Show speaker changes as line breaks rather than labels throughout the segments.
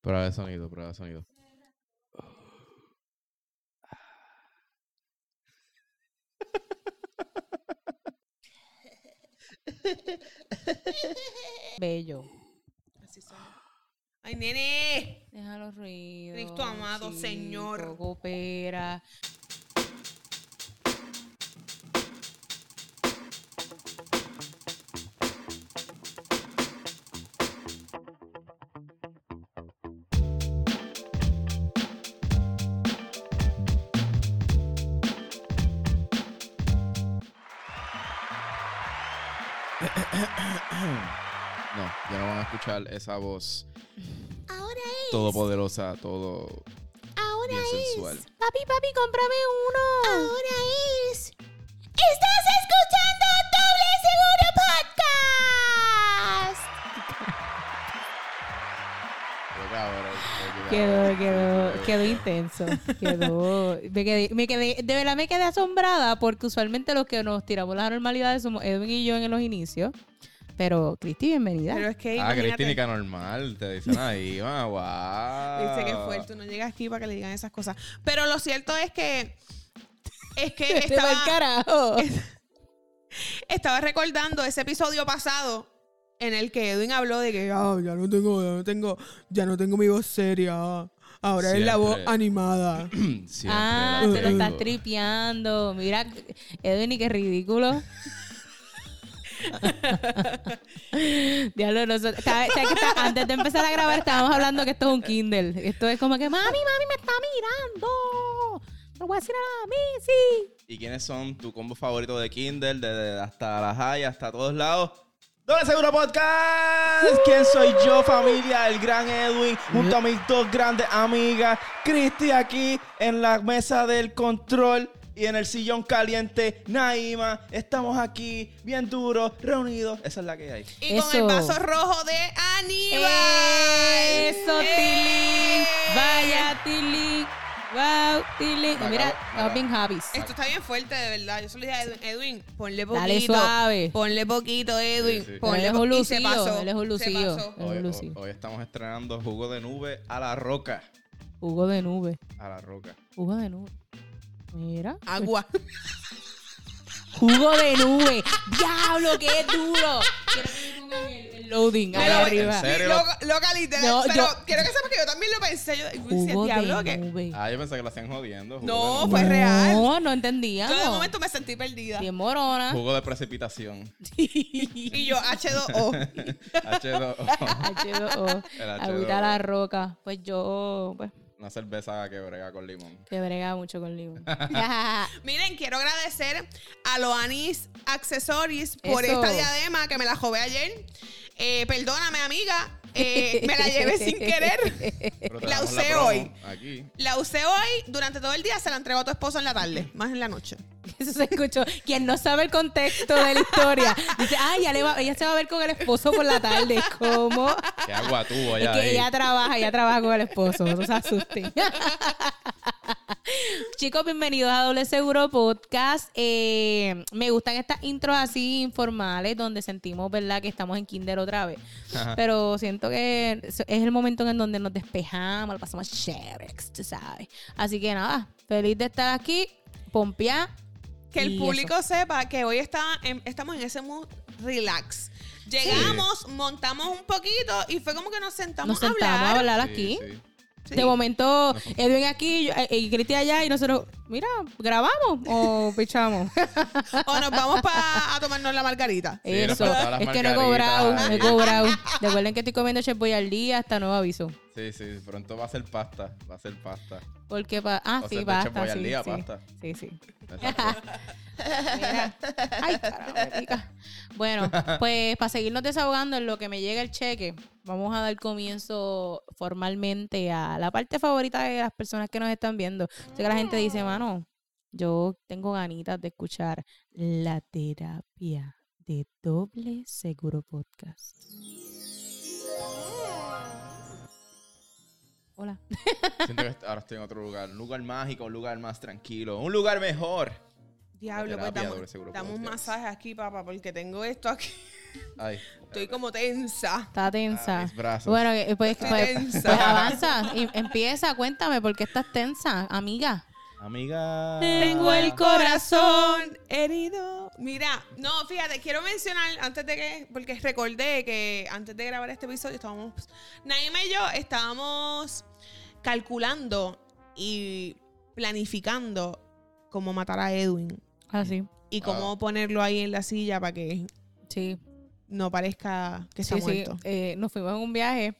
Prueba de sonido, prueba de sonido.
Bello.
Así suena. ¡Ay, nene!
Deja los ruidos.
Cristo amado, Señor.
Coopera.
No, ya no van a escuchar esa voz. Todopoderosa, todo. Ahora bien sensual.
Papi, papi, cómprame uno.
Ahora es. ¡Estás escuchando Doble Seguro
Pero cabrón,
Podcast!
hay que dar-
Quedó, quedó,
Sí,
quedó intenso. Quedó. Me quedé, me quedé, de verdad me quedé asombrada porque usualmente los que nos tiramos las normalidades somos Edwin y yo en los inicios. Pero, Cristi, bienvenida.
Pero es que
Ah,
imagínate,
Cristínica normal, te dicen ahí, ah, wow.
dice que fuerte, uno llega aquí para que le digan esas cosas. Pero lo cierto es que es que
Te va el
estaba,
carajo.
estaba recordando ese episodio pasado en el que Edwin habló de que "Ah, ya no tengo, ya no tengo, ya no tengo mi voz seria. Ahora es la voz
Siempre.
animada.
Siempre
Ah,
la
te lo
tengo.
estás tripeando. Mira, Edwin, y qué ridículo. Diablo, nosotros- ¿sabes- sabes que está- antes de empezar a grabar estábamos hablando que esto es un Kindle. Esto es como que, mami, mami, me está mirando. No voy a decir nada a mí, sí.
¿Y quiénes son tu combo favorito de Kindle, desde hasta las high hasta todos lados? Doble Seguro Podcast. ¿Quién soy yo, familia? El gran Edwin, junto a mis dos grandes amigas, Cristi aquí en la mesa del control y en el sillón caliente, Naima. Estamos aquí, bien duros, reunidos. Esa es la que hay.
Y con el
Eso.
vaso rojo de Aníbal.
Eso, Tilín.
¡Eh!
Vaya, Tilín. Wow, Tilín.
Me
Mira,
acabo- me
estamos bien happy.
Esto está bien fuerte, de verdad. Yo solo dije a Edwin, Edwin, ponle poquito.
Dale suave.
Ponle poquito, Edwin.
Sí, sí.
Él
Ponle
es un
poquito. Y se
lucido,
pasó.
él es un
se
lucido.
pasó.
Hoy- Hoy- Lucy.
estamos estrenando jugo de nube a la roca.
Jugo de nube.
A la roca.
Jugo de nube. Mira.
Agua.
Jugo de nube. Diablo, qué duro. Quiero que me pongan el, el loading ahí
Pero-
arriba.
¿En serio?
Loca, loca, literal.
No,
pero
yo-
quiero que sepas que yo también lo pensé. Yo yo decía,
Jugo
diablo,
de
que.
nube.
Ah, yo pensé que la hacían jodiendo. jugo de
No,
nube.
fue real.
No, no
Yo de
entendíamos.
momento me sentí perdida.
Bien morona.
Jugo de precipitación.
Y yo, H2O.
H2O.
H2O.
El
oh,
H2O.
Agüita a la roca. Pues yo, pues,
Una cerveza que brega con limón.
que brega mucho con limón.
Miren, quiero agradecer a Loanis Accessories por
Eso.
esta diadema que me la jodé ayer. Eh, perdóname, amiga. Eh, me la llevé sin querer.
Pero te
La
damos
usé
promo
hoy.
Aquí.
La usé hoy, durante todo el día, se la entregó a tu esposo en la tarde, más en la noche.
Eso se escuchó. Quien no sabe el contexto de la historia dice, ay, ya le va- ella se va a ver con el esposo por la tarde. ¿Cómo?
Qué agua tuvo
Es
allá
que
ahí.
ella trabaja, ella trabaja con el esposo, no se asusten. Chicos, bienvenidos a Doble Seguro Podcast. Eh, me gustan estas intros así informales donde sentimos, ¿verdad?, que estamos en kinder otra vez.
Ajá.
Pero siento que es es el momento en donde nos despejamos, lo pasamos chévere, tú sabes. Así que nada, feliz de estar aquí, pompeá.
Que el
y
público sepa que hoy está en- estamos en ese mood relax. Llegamos, montamos un poquito y fue como que nos
eso.
sentamos,
Nos
a
sentamos a
hablar.
hablar
Sí,
aquí.
sí.
Sí.
De momento, Edwin aquí yo- eh, y Cristi allá y nosotros, mira, ¿grabamos o pichamos?
O nos vamos para a tomarnos la margarita.
Sí, nos
Eso,
faltaban las
es que no he
margaritas
cobrado, no
ahí.
he cobrado. Recuerden que estoy comiendo Chef Boyardee hasta nuevo aviso.
Sí, sí, pronto va a ser pasta. Va a ser pasta.
Porque pa ah,
O sea,
sí,
de Chef
basta, sí,
Boyardee a
sí.
pasta.
Sí, sí.
Exacto.
Mira. Ay, carajo, me pica. Bueno, pues para seguirnos desahogando en lo que me llega el cheque, vamos a dar comienzo formalmente a la parte favorita de las personas que nos están viendo. Sé que la gente dice, mano, yo tengo ganitas de escuchar la terapia de doble seguro podcast. Hola.
Siento que ahora estoy en otro lugar. Un lugar mágico, un lugar más tranquilo. Un lugar mejor.
Diablo,
La
pues
terapia
damos,
doble seguro
damos un
podcast.
masaje aquí, papá, porque tengo esto aquí.
Ay.
Estoy como tensa.
Está
Ah,
tensa.
mis brazos.
bueno, eh, pues,
Estoy
pues-
tensa.
pues avanza, y empieza, cuéntame, ¿por qué estás tensa, amiga?
Amiga.
corazón herido. Mira, no, fíjate, quiero mencionar antes de que, porque recordé que antes de grabar este episodio estábamos, Naima y yo estábamos calculando y planificando cómo matar a Edwin
Así.
y
Wow.
cómo ponerlo ahí en la silla para que
Sí,
no parezca que
sí,
está
sí.
muerto.
Eh, nos fuimos en un viaje.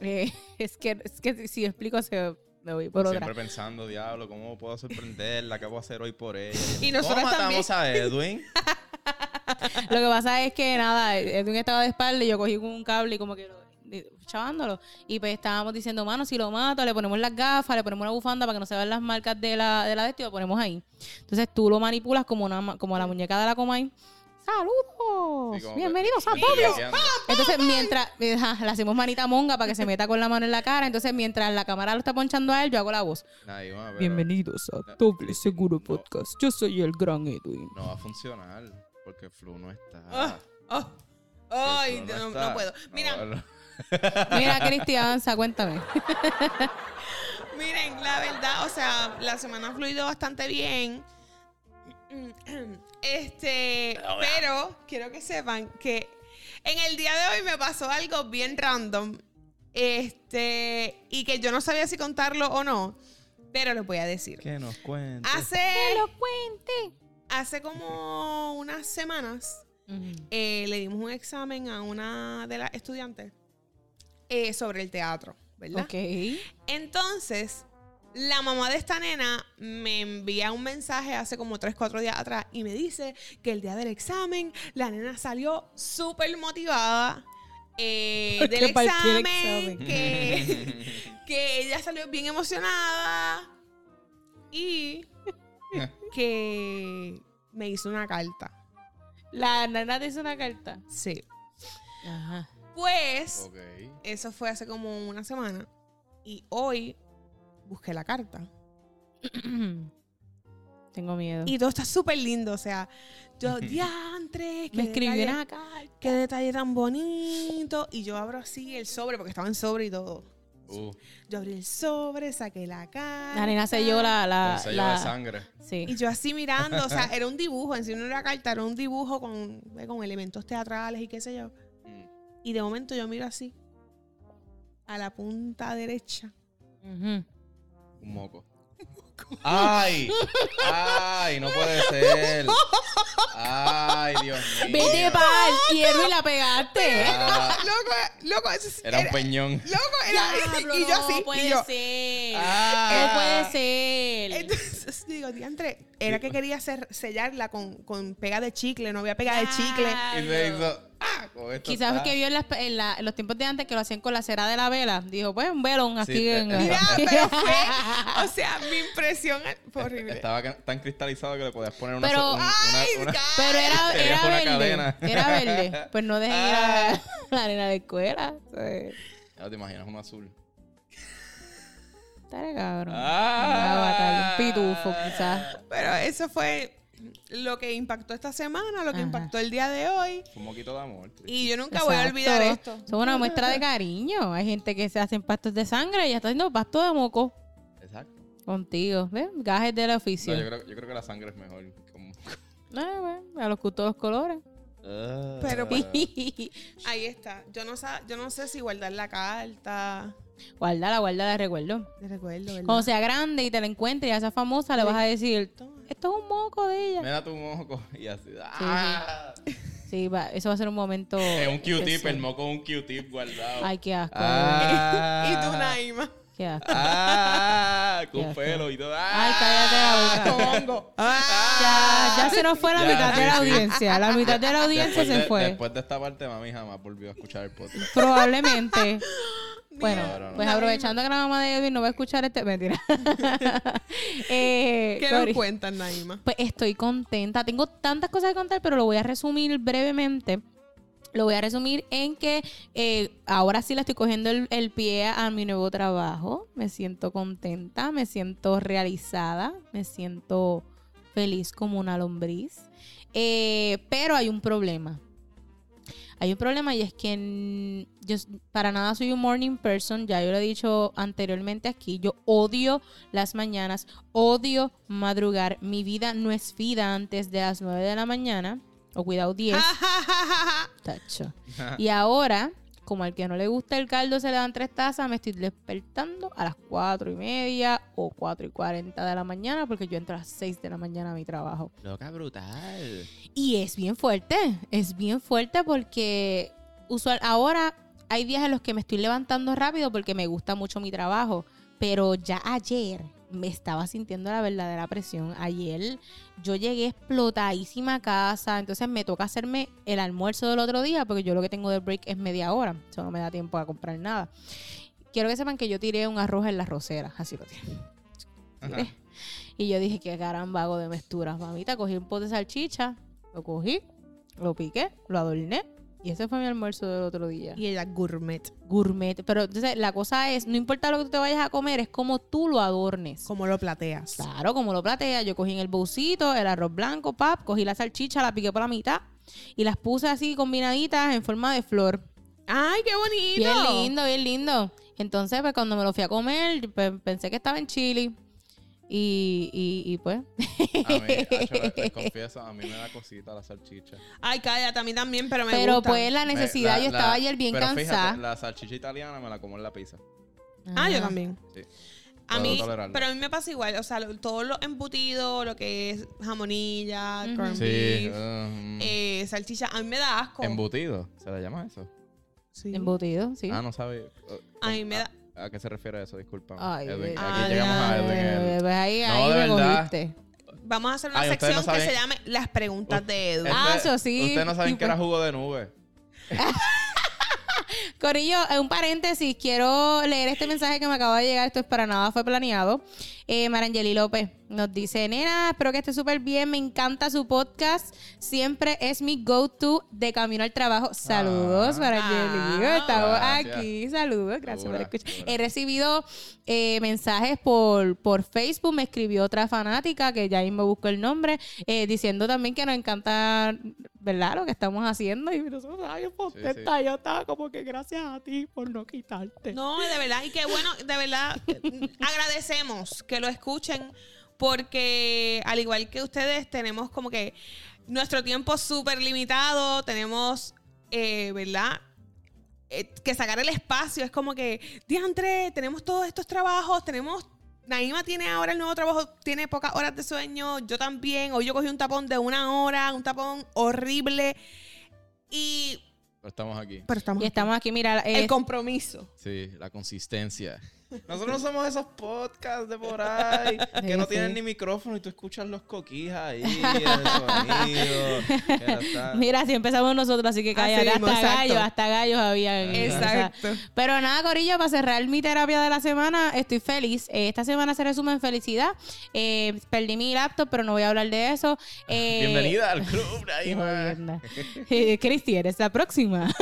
Eh, es, que, es que si explico, se, me voy por otra.
Siempre pensando, diablo, ¿cómo puedo sorprenderla? ¿Qué puedo hacer hoy por ella?
Y nosotras
¿Cómo matamos a Edwin?
Lo que pasa es que nada, Edwin estaba de espalda y yo cogí con un cable y como que lo chavándolo y pues estábamos diciendo mano si lo mato le ponemos las gafas le ponemos la bufanda para que no se vean las marcas de la de la de esto y lo ponemos ahí entonces tú lo manipulas como una ma- como la muñeca de la comay saludos
Sí, como-
bienvenidos a
Sí,
Poblio
bloqueando.
entonces, mientras ajá, le hacemos manita monga para que se meta con la mano en la cara, entonces mientras la cámara lo está ponchando a él, yo hago la voz.
Nadie va, pero
Bienvenidos a
No.
Doble Seguro
No.
Podcast. Yo soy el gran Edwin.
No va a funcionar porque Flu no está.
Ah, ah, Ay,
El Flu
no, no
está.
puedo. Mira,
no,
Mira, Cristi, avanza, cuéntame.
Miren, la verdad, o sea, la semana ha fluido bastante bien. Este, pero quiero que sepan que en el día de hoy me pasó algo bien random. Este, y que yo no sabía si contarlo o no, pero lo voy a decir.
Que nos cuente.
Hace,
lo cuente.
hace como unas semanas, eh, le dimos un examen a una de las estudiantes eh, sobre el teatro, ¿verdad?
Ok.
Entonces, la mamá de esta nena me envía un mensaje hace como 3, 4 días atrás y me dice que el día del examen la nena salió súper motivada eh,
Porque
del
partió el
examen,
examen.
Que, que ella salió bien emocionada y que me hizo una carta.
La nana te hizo una carta.
Sí.
Ajá.
Pues,
Ok.
eso fue hace como una semana y hoy busqué la carta.
Tengo miedo.
Y todo está súper lindo, o sea, yo, diantre, qué,
me escribió
detalle,
una carta.
qué detalle tan bonito. Y yo abro así el sobre, porque estaba en sobre y todo.
Uh,
Yo abrí el sobre, saqué la cara.
La nena selló la.
con
Ah,
la,
sello
la-
de sangre.
Sí.
Y yo así mirando, o sea, era un dibujo, en sí no era carta, era un dibujo con, eh, con elementos teatrales y qué sé yo.
Mm.
Y de momento yo miro así, a la punta derecha.
Ujú.
Un moco. ¡Ay! ¡Ay! No puede ser. ¡Ay, Dios mío!
Vete pa'l hierro y la pegaste.
Ah,
Loco, loco, eso es-
Era un peñón.
Loco, era-
Diablo,
y yo así,
No puede
y yo,
ser. No
Ah.
puede ser.
Entonces digo, diantre, era que quería hacer- sellarla con, con pega de chicle, no había pega de chicle.
Y le hizo. ¡Ah! Con esto
Quizás
está.
que vio en, las- en la- en los tiempos de antes que lo hacían con la cera de la vela. Dijo, pues un velón aquí
eh,
en.
eh,
Mira, pero fue, o sea, mi impresión fue horrible.
Estaba ca- tan cristalizado que le podías poner una.
Pero-
un- una-
Ay,
una-
ca-
Pero era,
Te
era
dejó eh, una
verde.
cadena. Ah.
Era verde. Pues no dejen ir a la, la nena de escuela. O sea,
Ya te imaginas un azul.
Estaré cabrón.
Ah.
Un avatar, un pitufo, quizás.
Pero eso fue lo que impactó esta semana, lo que
Ajá.
impactó el día de hoy.
Fue Un moquito de amor.
Y yo nunca voy a olvidar
Exacto.
esto.
Son una muestra de cariño. Hay gente que se hacen pastos de sangre y ya está haciendo pasto de moco
Exacto.
contigo. ¿Ves? Gajes del oficio.
No, yo, creo, yo creo que la sangre es mejor. Como...
Ah, bueno, a los gustos los colores.
Pero-
pues,
Ah.
Ahí está. Yo no, sa- yo no sé si guardar la carta
guárdala, guárdala, recuerdo.
de recuerdo, ¿verdad?
Cuando sea grande y te la encuentres y ya sea famosa, le vas a decir,
Toma.
esto es un moco de ella.
Me da tu moco y así. ¡Ah!
Sí, va, eso va a ser un momento...
Es un Q-tip,
especial.
el moco es un Q-tip guardado.
Ay, qué asco.
Ah.
y tú, Naima.
Qué asco.
Ah,
Ya
con
está.
pelo y todo.
Ay,
Ah,
cállate la boca.
Con hongo.
Ya, ya se nos fue la
Ya,
mitad de
sí,
la
sí.
audiencia. La mitad de la audiencia
después,
se
de,
fue.
después de esta parte, mami jamás volvió a escuchar el podcast.
Probablemente. Bueno,
No, no, no.
pues
Nadie
aprovechando que la mamá de Edwin no va a escuchar este... Mentira. eh,
¿Qué nos
Cori.
cuentas, Naima?
Pues estoy contenta. Tengo tantas cosas que contar, pero lo voy a resumir brevemente. Lo voy a resumir en que eh, ahora sí le estoy cogiendo el, el pie a mi nuevo trabajo. Me siento contenta, me siento realizada, me siento feliz como una lombriz. Eh, pero hay un problema. Hay un problema y es que n- yo s- para nada soy un morning person, ya yo lo he dicho anteriormente aquí, yo odio las mañanas, odio madrugar, mi vida no es vida antes de las 9 de la mañana, o cuidado 10, tacho. Y ahora, como al que no le gusta el caldo se le dan tres tazas, me estoy despertando a las cuatro y media o cuatro y cuarenta de la mañana porque yo entro a las 6 de la mañana a mi trabajo.
Loca, brutal.
Y es bien fuerte, es bien fuerte porque usual, ahora hay días en los que me estoy levantando rápido porque me gusta mucho mi trabajo, pero ya ayer me estaba sintiendo la verdadera presión. Ayer yo llegué explotadísima a casa, entonces me toca hacerme el almuerzo del otro día porque yo lo que tengo de break es media hora, eso no me da tiempo a comprar nada. Quiero que sepan que yo tiré un arroz en la rosera, así lo tiré.
Ajá.
Tiré. Y yo dije, qué caramba hago de mesturas, mamita. Cogí un pote de salchicha, lo cogí, lo piqué, lo adorné. Y ese fue mi almuerzo del otro día.
Y ella gourmet.
Gourmet. Pero entonces la cosa es, no importa lo que tú te vayas a comer, es como tú lo adornes.
Como lo plateas.
Claro, como lo platea. Yo cogí en el bolsito, el arroz blanco, pap, cogí la salchicha, la piqué por la mitad y las puse así combinaditas en forma de flor.
¡Ay, qué bonito!
Bien lindo, bien lindo. Entonces, pues cuando me lo fui a comer, pues, pensé que estaba en Chile. Y, y, y pues,
A mí, acho, les, les confieso, a mí me da cosita la salchicha.
Ay, cállate, a mí también, pero me
pero
gustan.
pues la
Me-
necesidad,
la-
yo
la-
estaba ayer bien
pero fíjate,
cansada.
la salchicha italiana me la como en la pizza.
Ah, yo también.
Sí.
A
Puedo
mí,
tolerarlo.
pero a mí me pasa igual, o sea, lo- todo lo embutido, lo que es jamonilla,
Ujú.
corned
Sí.
beef,
um,
eh, salchicha, a mí me da asco.
embutido, ¿se le llama eso?
Sí.
Embutido, sí.
Ah, no sabe. eh,
Ay, me da-
¿A, a qué se refiere eso? Disculpa.
Ay,
Edwin.
Dios.
Aquí
Ay,
llegamos a
ay,
Edwin. el-
Pues ahí,
No,
ahí
de
me
verdad.
cogiste.
Vamos a hacer una
Ay, ustedes
sección
no
que
saben-
se llame Las preguntas de Edu.
Ah,
Ustedes-
eso sí.
Este, Ustedes no saben
Y
que era jugo de nube.
Corillo, eh, un paréntesis. Quiero leer este mensaje que me acaba de llegar. Esto es para nada, fue planeado. Eh, Marangeli López nos dice: Nena, espero que esté súper bien. Me encanta su podcast. Siempre es mi go-to de camino al trabajo. Saludos,
Ah.
Marangeli.
Ah.
Estamos
Gracias.
aquí. Saludos, gracias por
Segura,
escuchar.
segura.
He recibido eh, mensajes por, por Facebook. Me escribió otra fanática que ya mismo busco el nombre, eh, diciendo también que nos encanta, ¿verdad?, lo que estamos haciendo. Y nosotros, ay, yo
sí.
contenta, yo estaba como que gracias a ti por no quitarte.
No, de verdad, y qué bueno, de verdad, eh, agradecemos que lo escuchen porque al igual que ustedes tenemos como que nuestro tiempo súper limitado, tenemos, eh, ¿verdad? Eh, que sacar el espacio, es como que, diantre, tenemos todos estos trabajos, tenemos... Naima tiene ahora el nuevo trabajo, tiene pocas horas de sueño, yo también, hoy yo cogí un tapón de una hora, un tapón horrible y...
Pero estamos aquí.
Pero estamos...
Y estamos aquí, mira, este,
aquí. El
es-
compromiso.
Sí, la consistencia. Nosotros no somos esos podcasts de por ahí que
Sí,
no
sí.
tienen ni micrófono y tú escuchas los coquijas ahí, el sonido. que la está-
mira, si empezamos nosotros, así que
Ah,
cállate,
mismo,
hasta
exacto.
gallos, hasta gallos había. en esa.
Exacto.
Pero nada, Corillo, para cerrar mi terapia de la semana, estoy feliz. Eh, Esta semana se resume en felicidad. Eh, perdí mi laptop, pero no voy a hablar de eso.
Ah,
Eh,
Bienvenida al club,
qué
Naima.
jodienda. Eh, Cristi, eres la próxima.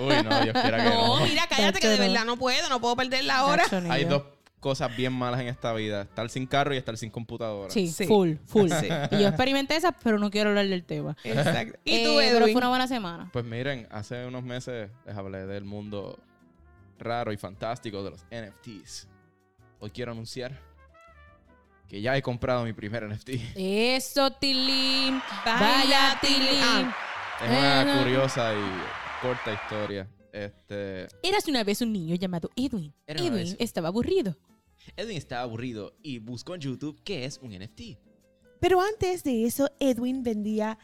Uy, no, Dios quiera que
No,
no.
mira, cállate que de
Tacho, no.
verdad no puedo, no puedo perder la hora.
Nacho, ni
Hay
yo.
dos cosas bien malas en esta vida: estar sin carro y estar sin computadora.
Sí,
Sí.
full, full.
Sí.
Y yo experimenté esas, pero no quiero hablar del tema.
Exacto. Y tú,
Eh, pero
Edwin.
fue una buena semana.
Pues miren, hace unos meses les hablé del mundo raro y fantástico de los NFTs. Hoy quiero anunciar que ya he comprado mi primer NFT. Es
Eso, Tilín.
Vaya, Ah.
Vaya, Ah.
Tilín.
Tilín.
una
Bueno.
curiosa y corta historia. Este,
Eras una vez un niño llamado Edwin.
Era una vez.
Edwin estaba aburrido.
Edwin estaba aburrido y buscó en YouTube qué es un NFT.
Pero antes de eso, Edwin vendía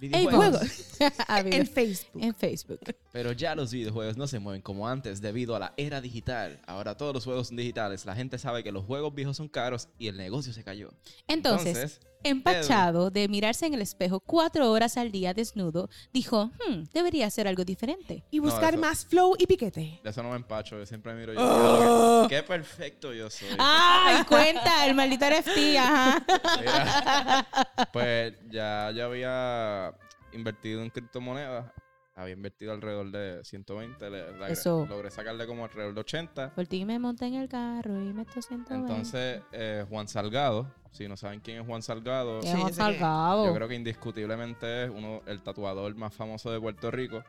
Videojuegos.
A ver,
Facebook.
en Facebook.
Pero ya los videojuegos no se mueven como antes debido a la era digital. Ahora todos los juegos son digitales. La gente sabe que los juegos viejos son caros y el negocio se cayó.
Entonces, empachado de mirarse en el espejo cuatro horas al día desnudo, dijo, "Hmm, debería hacer algo diferente.
Y
buscar eso-
más flow y piquete.
De eso no me empacho, yo siempre miro yo.
Oh.
"Diablo, qué, qué perfecto yo soy.
Ah. ¡Ay, cuenta! El maldito NFT, ajá.
Mira, pues ya yo había invertido en criptomonedas. Había invertido alrededor de 120. le- la-
Eso.
Logré sacarle como alrededor de 80.
Por ti me monté en el carro y me estoy siento
Entonces, eh, Juan Salgado, si no saben quién es Juan Salgado,
Sí, yo sé que-
yo creo que indiscutiblemente es uno el tatuador más famoso de Puerto Rico.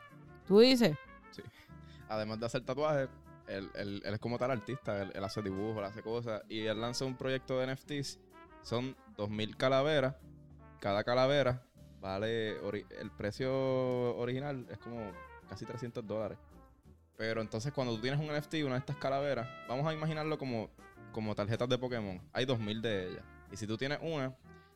Tú dices.
Además de hacer tatuajes, él, él- él es como tal artista. Él, él hace dibujos, él hace cosas. Y él lanza un proyecto de NFTs. Son 2.000 calaveras. Cada calavera vale... ori- el precio original es como casi 300 dólares. Pero entonces cuando tú tienes un NFT, una de estas calaveras, vamos a imaginarlo como, como tarjetas de Pokémon. Hay 2.000 de ellas. Y si tú tienes una,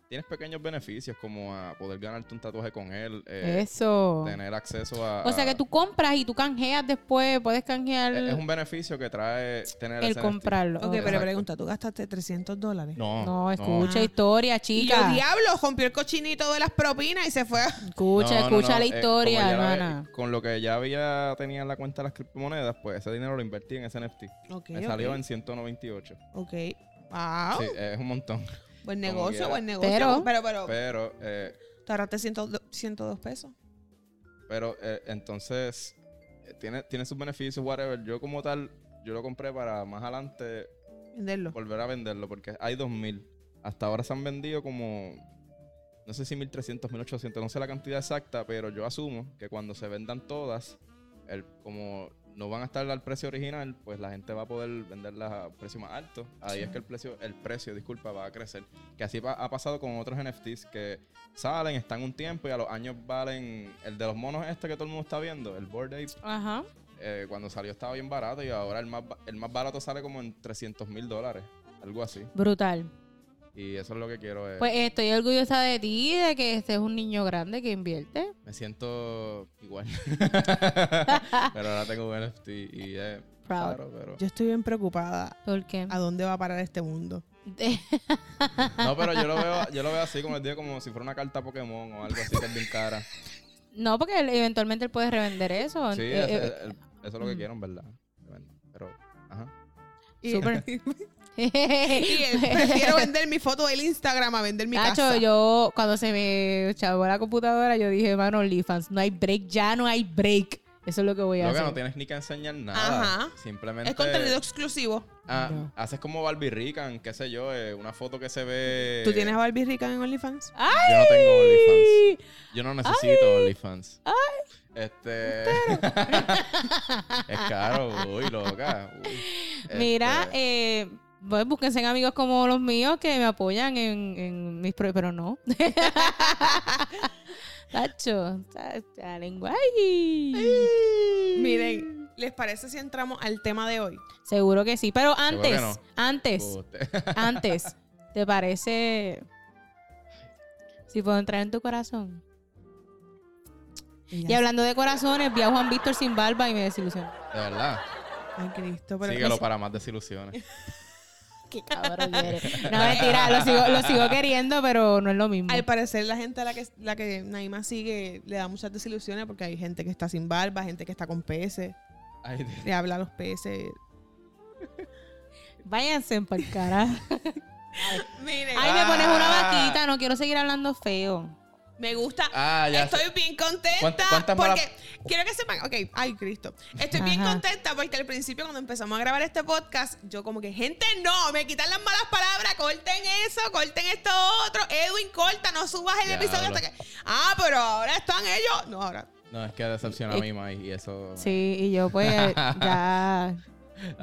tienes pequeños beneficios como a poder ganarte un tatuaje con él. eh,
Eso.
tener acceso a...
O sea que tú compras y tú canjeas después, puedes canjear
Es es un beneficio que trae tener
el
ese NFT.
comprarlo.
Ok,
Ok.
pero
Exacto.
pregunta, ¿tú gastaste 300 dólares?
No,
No, escucha
Ah.
historia,
Y yo,
chica.
diablo, rompió el cochinito de las propinas y se fue. a-
Escucha,
No, no,
escucha
no,
la
eh, como
historia,
ya la-
hermana.
con lo que ya había tenía en la cuenta de las criptomonedas, pues ese dinero lo invertí en ese NFT.
Ok, Oh.
Me salió en 198.
Ok. Wow.
Sí, es un montón.
Buen negocio,
quiera.
buen negocio.
Pero-
pero, pero,
Pero, eh,
te ahorraste 100 102 pesos.
pero eh, entonces eh, tiene, tiene sus beneficios, whatever. Yo como tal, yo lo compré para más adelante
Venderlo.
volver a venderlo, porque hay 2000. Hasta ahora se han vendido como, no sé si 1300, 1800, no sé la cantidad exacta, pero yo asumo que cuando se vendan todas, el, como no van a estar al precio original, pues la gente va a poder venderlas a un precio más alto. Ahí es que el precio, el precio, disculpa, va a crecer. Que así pa- ha pasado con otros NFTs que salen, están un tiempo y a los años valen el de los monos este que todo el mundo está viendo, el Bored Ape,
Ajá.
eh, cuando salió estaba bien barato y ahora el más, ba- el más barato sale como en 300 mil dólares, algo así.
Brutal.
Y eso es lo que quiero. eh,
Pues estoy orgullosa de ti, de que este es un niño grande que invierte.
me siento igual. pero ahora tengo un NFT y es
Proud.
raro, pero...
Yo estoy bien preocupada
¿Por qué?
a dónde va a parar este mundo.
No, pero yo lo veo, yo lo veo así, como les digo, como si fuera una carta Pokémon o algo así que es bien cara.
No, porque él- eventualmente él puede revender eso.
Sí,
Eh,
es-
eh,
es- el- eso es lo que
mm.
quiero, en verdad. Pero, ajá.
Y-
Súper.
Y él, prefiero vender mi foto del Instagram a vender mi
Nacho,
casa.
yo cuando se me chavó la computadora, yo dije, mano, OnlyFans, no hay break, ya no hay break. Eso es lo que voy a
Lo que no
hacer.
tienes ni que enseñar nada.
Ajá.
Simplemente...
es contenido exclusivo.
Ah,
No.
Haces como Barbie Rican, qué sé yo, eh, una foto que se ve...
¿Tú tienes a Barbie Rican en OnlyFans?
Yo no tengo OnlyFans. Yo no necesito OnlyFans. Este. es caro, uy, loca. uy. Este,
Mira, eh, pues búsquense en amigos como los míos que me apoyan en, en mis pro- pero no. Tacho, ta- ta lengua. ay.
Miren, ¿les parece si entramos al tema de hoy?
Seguro que sí, pero antes,
que no.
antes,
usted-
antes, ¿te parece si puedo entrar en tu corazón? Y hablando de corazones, vi a Juan Víctor sin barba y me desilusionó.
De verdad.
Ay, Cristo, pero
Síguelo para más desilusiones.
Qué cabrón eres. No, mentira, lo sigo, lo sigo queriendo, pero no es lo mismo.
al parecer la gente a la que, la que Naima sigue le da muchas desilusiones porque hay gente que está sin barba, gente que está con peces,
Ay, de-
le habla a los peces.
Váyanse para el carajo.
Miren,
Ay, me pones una
Ah.
vaquita, no quiero seguir hablando feo.
me gusta.
Ah, ya. sé.
Estoy bien contenta
¿Cuántas- cuántas
porque
malas-
quiero que sepan, ok, ay Cristo, estoy bien
Ajá.
contenta porque al principio cuando empezamos a grabar este podcast, yo como que, gente, no, me quitan las malas palabras, corten eso, corten esto otro, Edwin, corta, no subas el
Diablo.
episodio hasta que, ah, pero ahora están ellos, no, ahora,
No, es que decepciona a mi maíz y eso.
Sí, y yo pues ya,
Ah,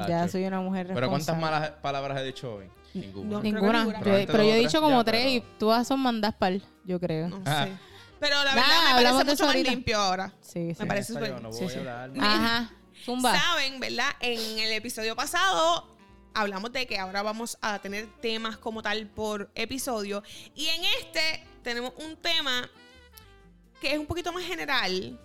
ya
chulo.
soy una mujer responsable.
Pero ¿cuántas malas palabras he dicho hoy? Ninguna.
No.
Ninguna.
Creo que ninguna.
Yo-
Probablemente
pero yo
dos o
he dicho
tres
como
ya,
tres y
pero-
todas son mandas par, yo creo.
no
Ah.
sé. Pero la verdad
Nada,
me
hablamos
parece
de
mucho
eso
más
ahorita.
limpio ahora.
Sí, sí.
Me parece
Esa
súper-
yo no
sí,
voy a
sí.
hablar.
Ajá, zumba.
Saben, ¿verdad? En el episodio pasado hablamos de que ahora vamos a tener temas como tal por episodio. Y en este tenemos un tema que es un poquito más general.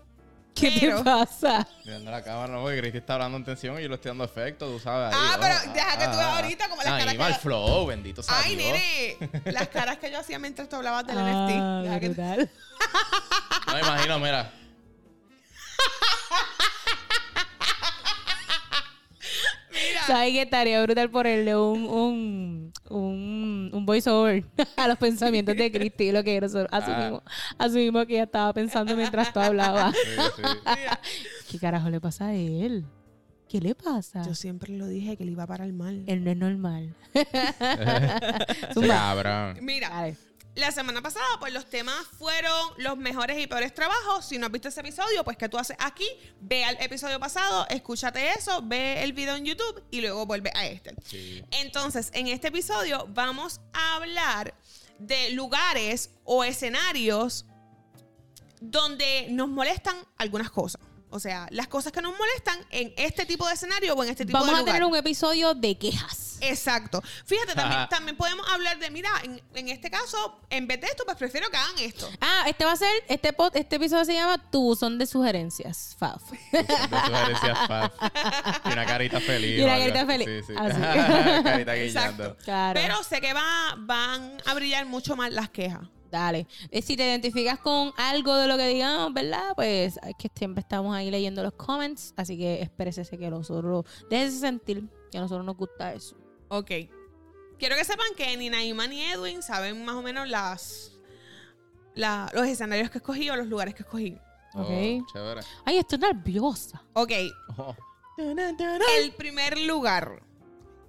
¿Qué
pero-
te pasa?
Mirando la cámara, no, porque Cristi está hablando en tensión y yo le estoy dando efecto, tú sabes. ahí,
Ah,
¿no?
pero deja que tú veas ahorita como las
Ah,
caras
Animal
que-
Flow, bendito sea
Ay,
Dios.
nene, las caras que yo hacía mientras tú hablabas del
Ah,
NFT. Deja que-
brutal.
No me imagino, mira.
¿Sabes qué estaría brutal ponerle un, un, un, un voiceover a los pensamientos de Cristi? Lo que nosotros
Ah.
asumimos, asumimos que ella estaba pensando mientras tú hablabas.
Sí, sí.
¿Qué carajo le pasa a él? ¿Qué le pasa?
Yo siempre lo dije que le iba a parar mal.
Él no es normal.
Sí, cabrón.
Mira,
Eh, Dale.
la semana pasada, pues los temas fueron los mejores y peores trabajos. Si no has visto ese episodio, pues que tú haces aquí, ve al episodio pasado, escúchate eso, ve el video en YouTube y luego vuelve a este. Entonces, en este episodio vamos a hablar de lugares o escenarios donde nos molestan algunas cosas. O sea, las cosas que nos molestan en este tipo de escenario o en este tipo
Vamos
de
a
lugar.
tener un episodio de quejas.
Exacto. Fíjate, también,
Ajá.
también podemos hablar de, mira, en, en este caso, en vez de esto, pues prefiero que hagan esto.
Ah, este va a ser, este, pod- este episodio se llama Tu buzón de sugerencias, Faf.
De sugerencias, Faf. Y una carita feliz.
Y una
o algo
carita
así.
feliz. Ah,
Sí, sí.
Así.
carita
Exacto.
guiñando.
Claro.
Pero sé que va, van a brillar mucho más las quejas.
Dale. Eh, Si te identificas con algo de lo que digamos, ¿verdad? Pues es que siempre estamos ahí leyendo los comments. Así que espérese que nosotros, déjese sentir que a nosotros nos gusta eso.
Ok. Quiero que sepan que ni Naima ni Edwin saben más o menos las, la- los escenarios que escogí o los lugares que escogí.
Oh,
Ok.
chévere.
Ay, estoy nerviosa.
Ok.
Oh.
El primer lugar.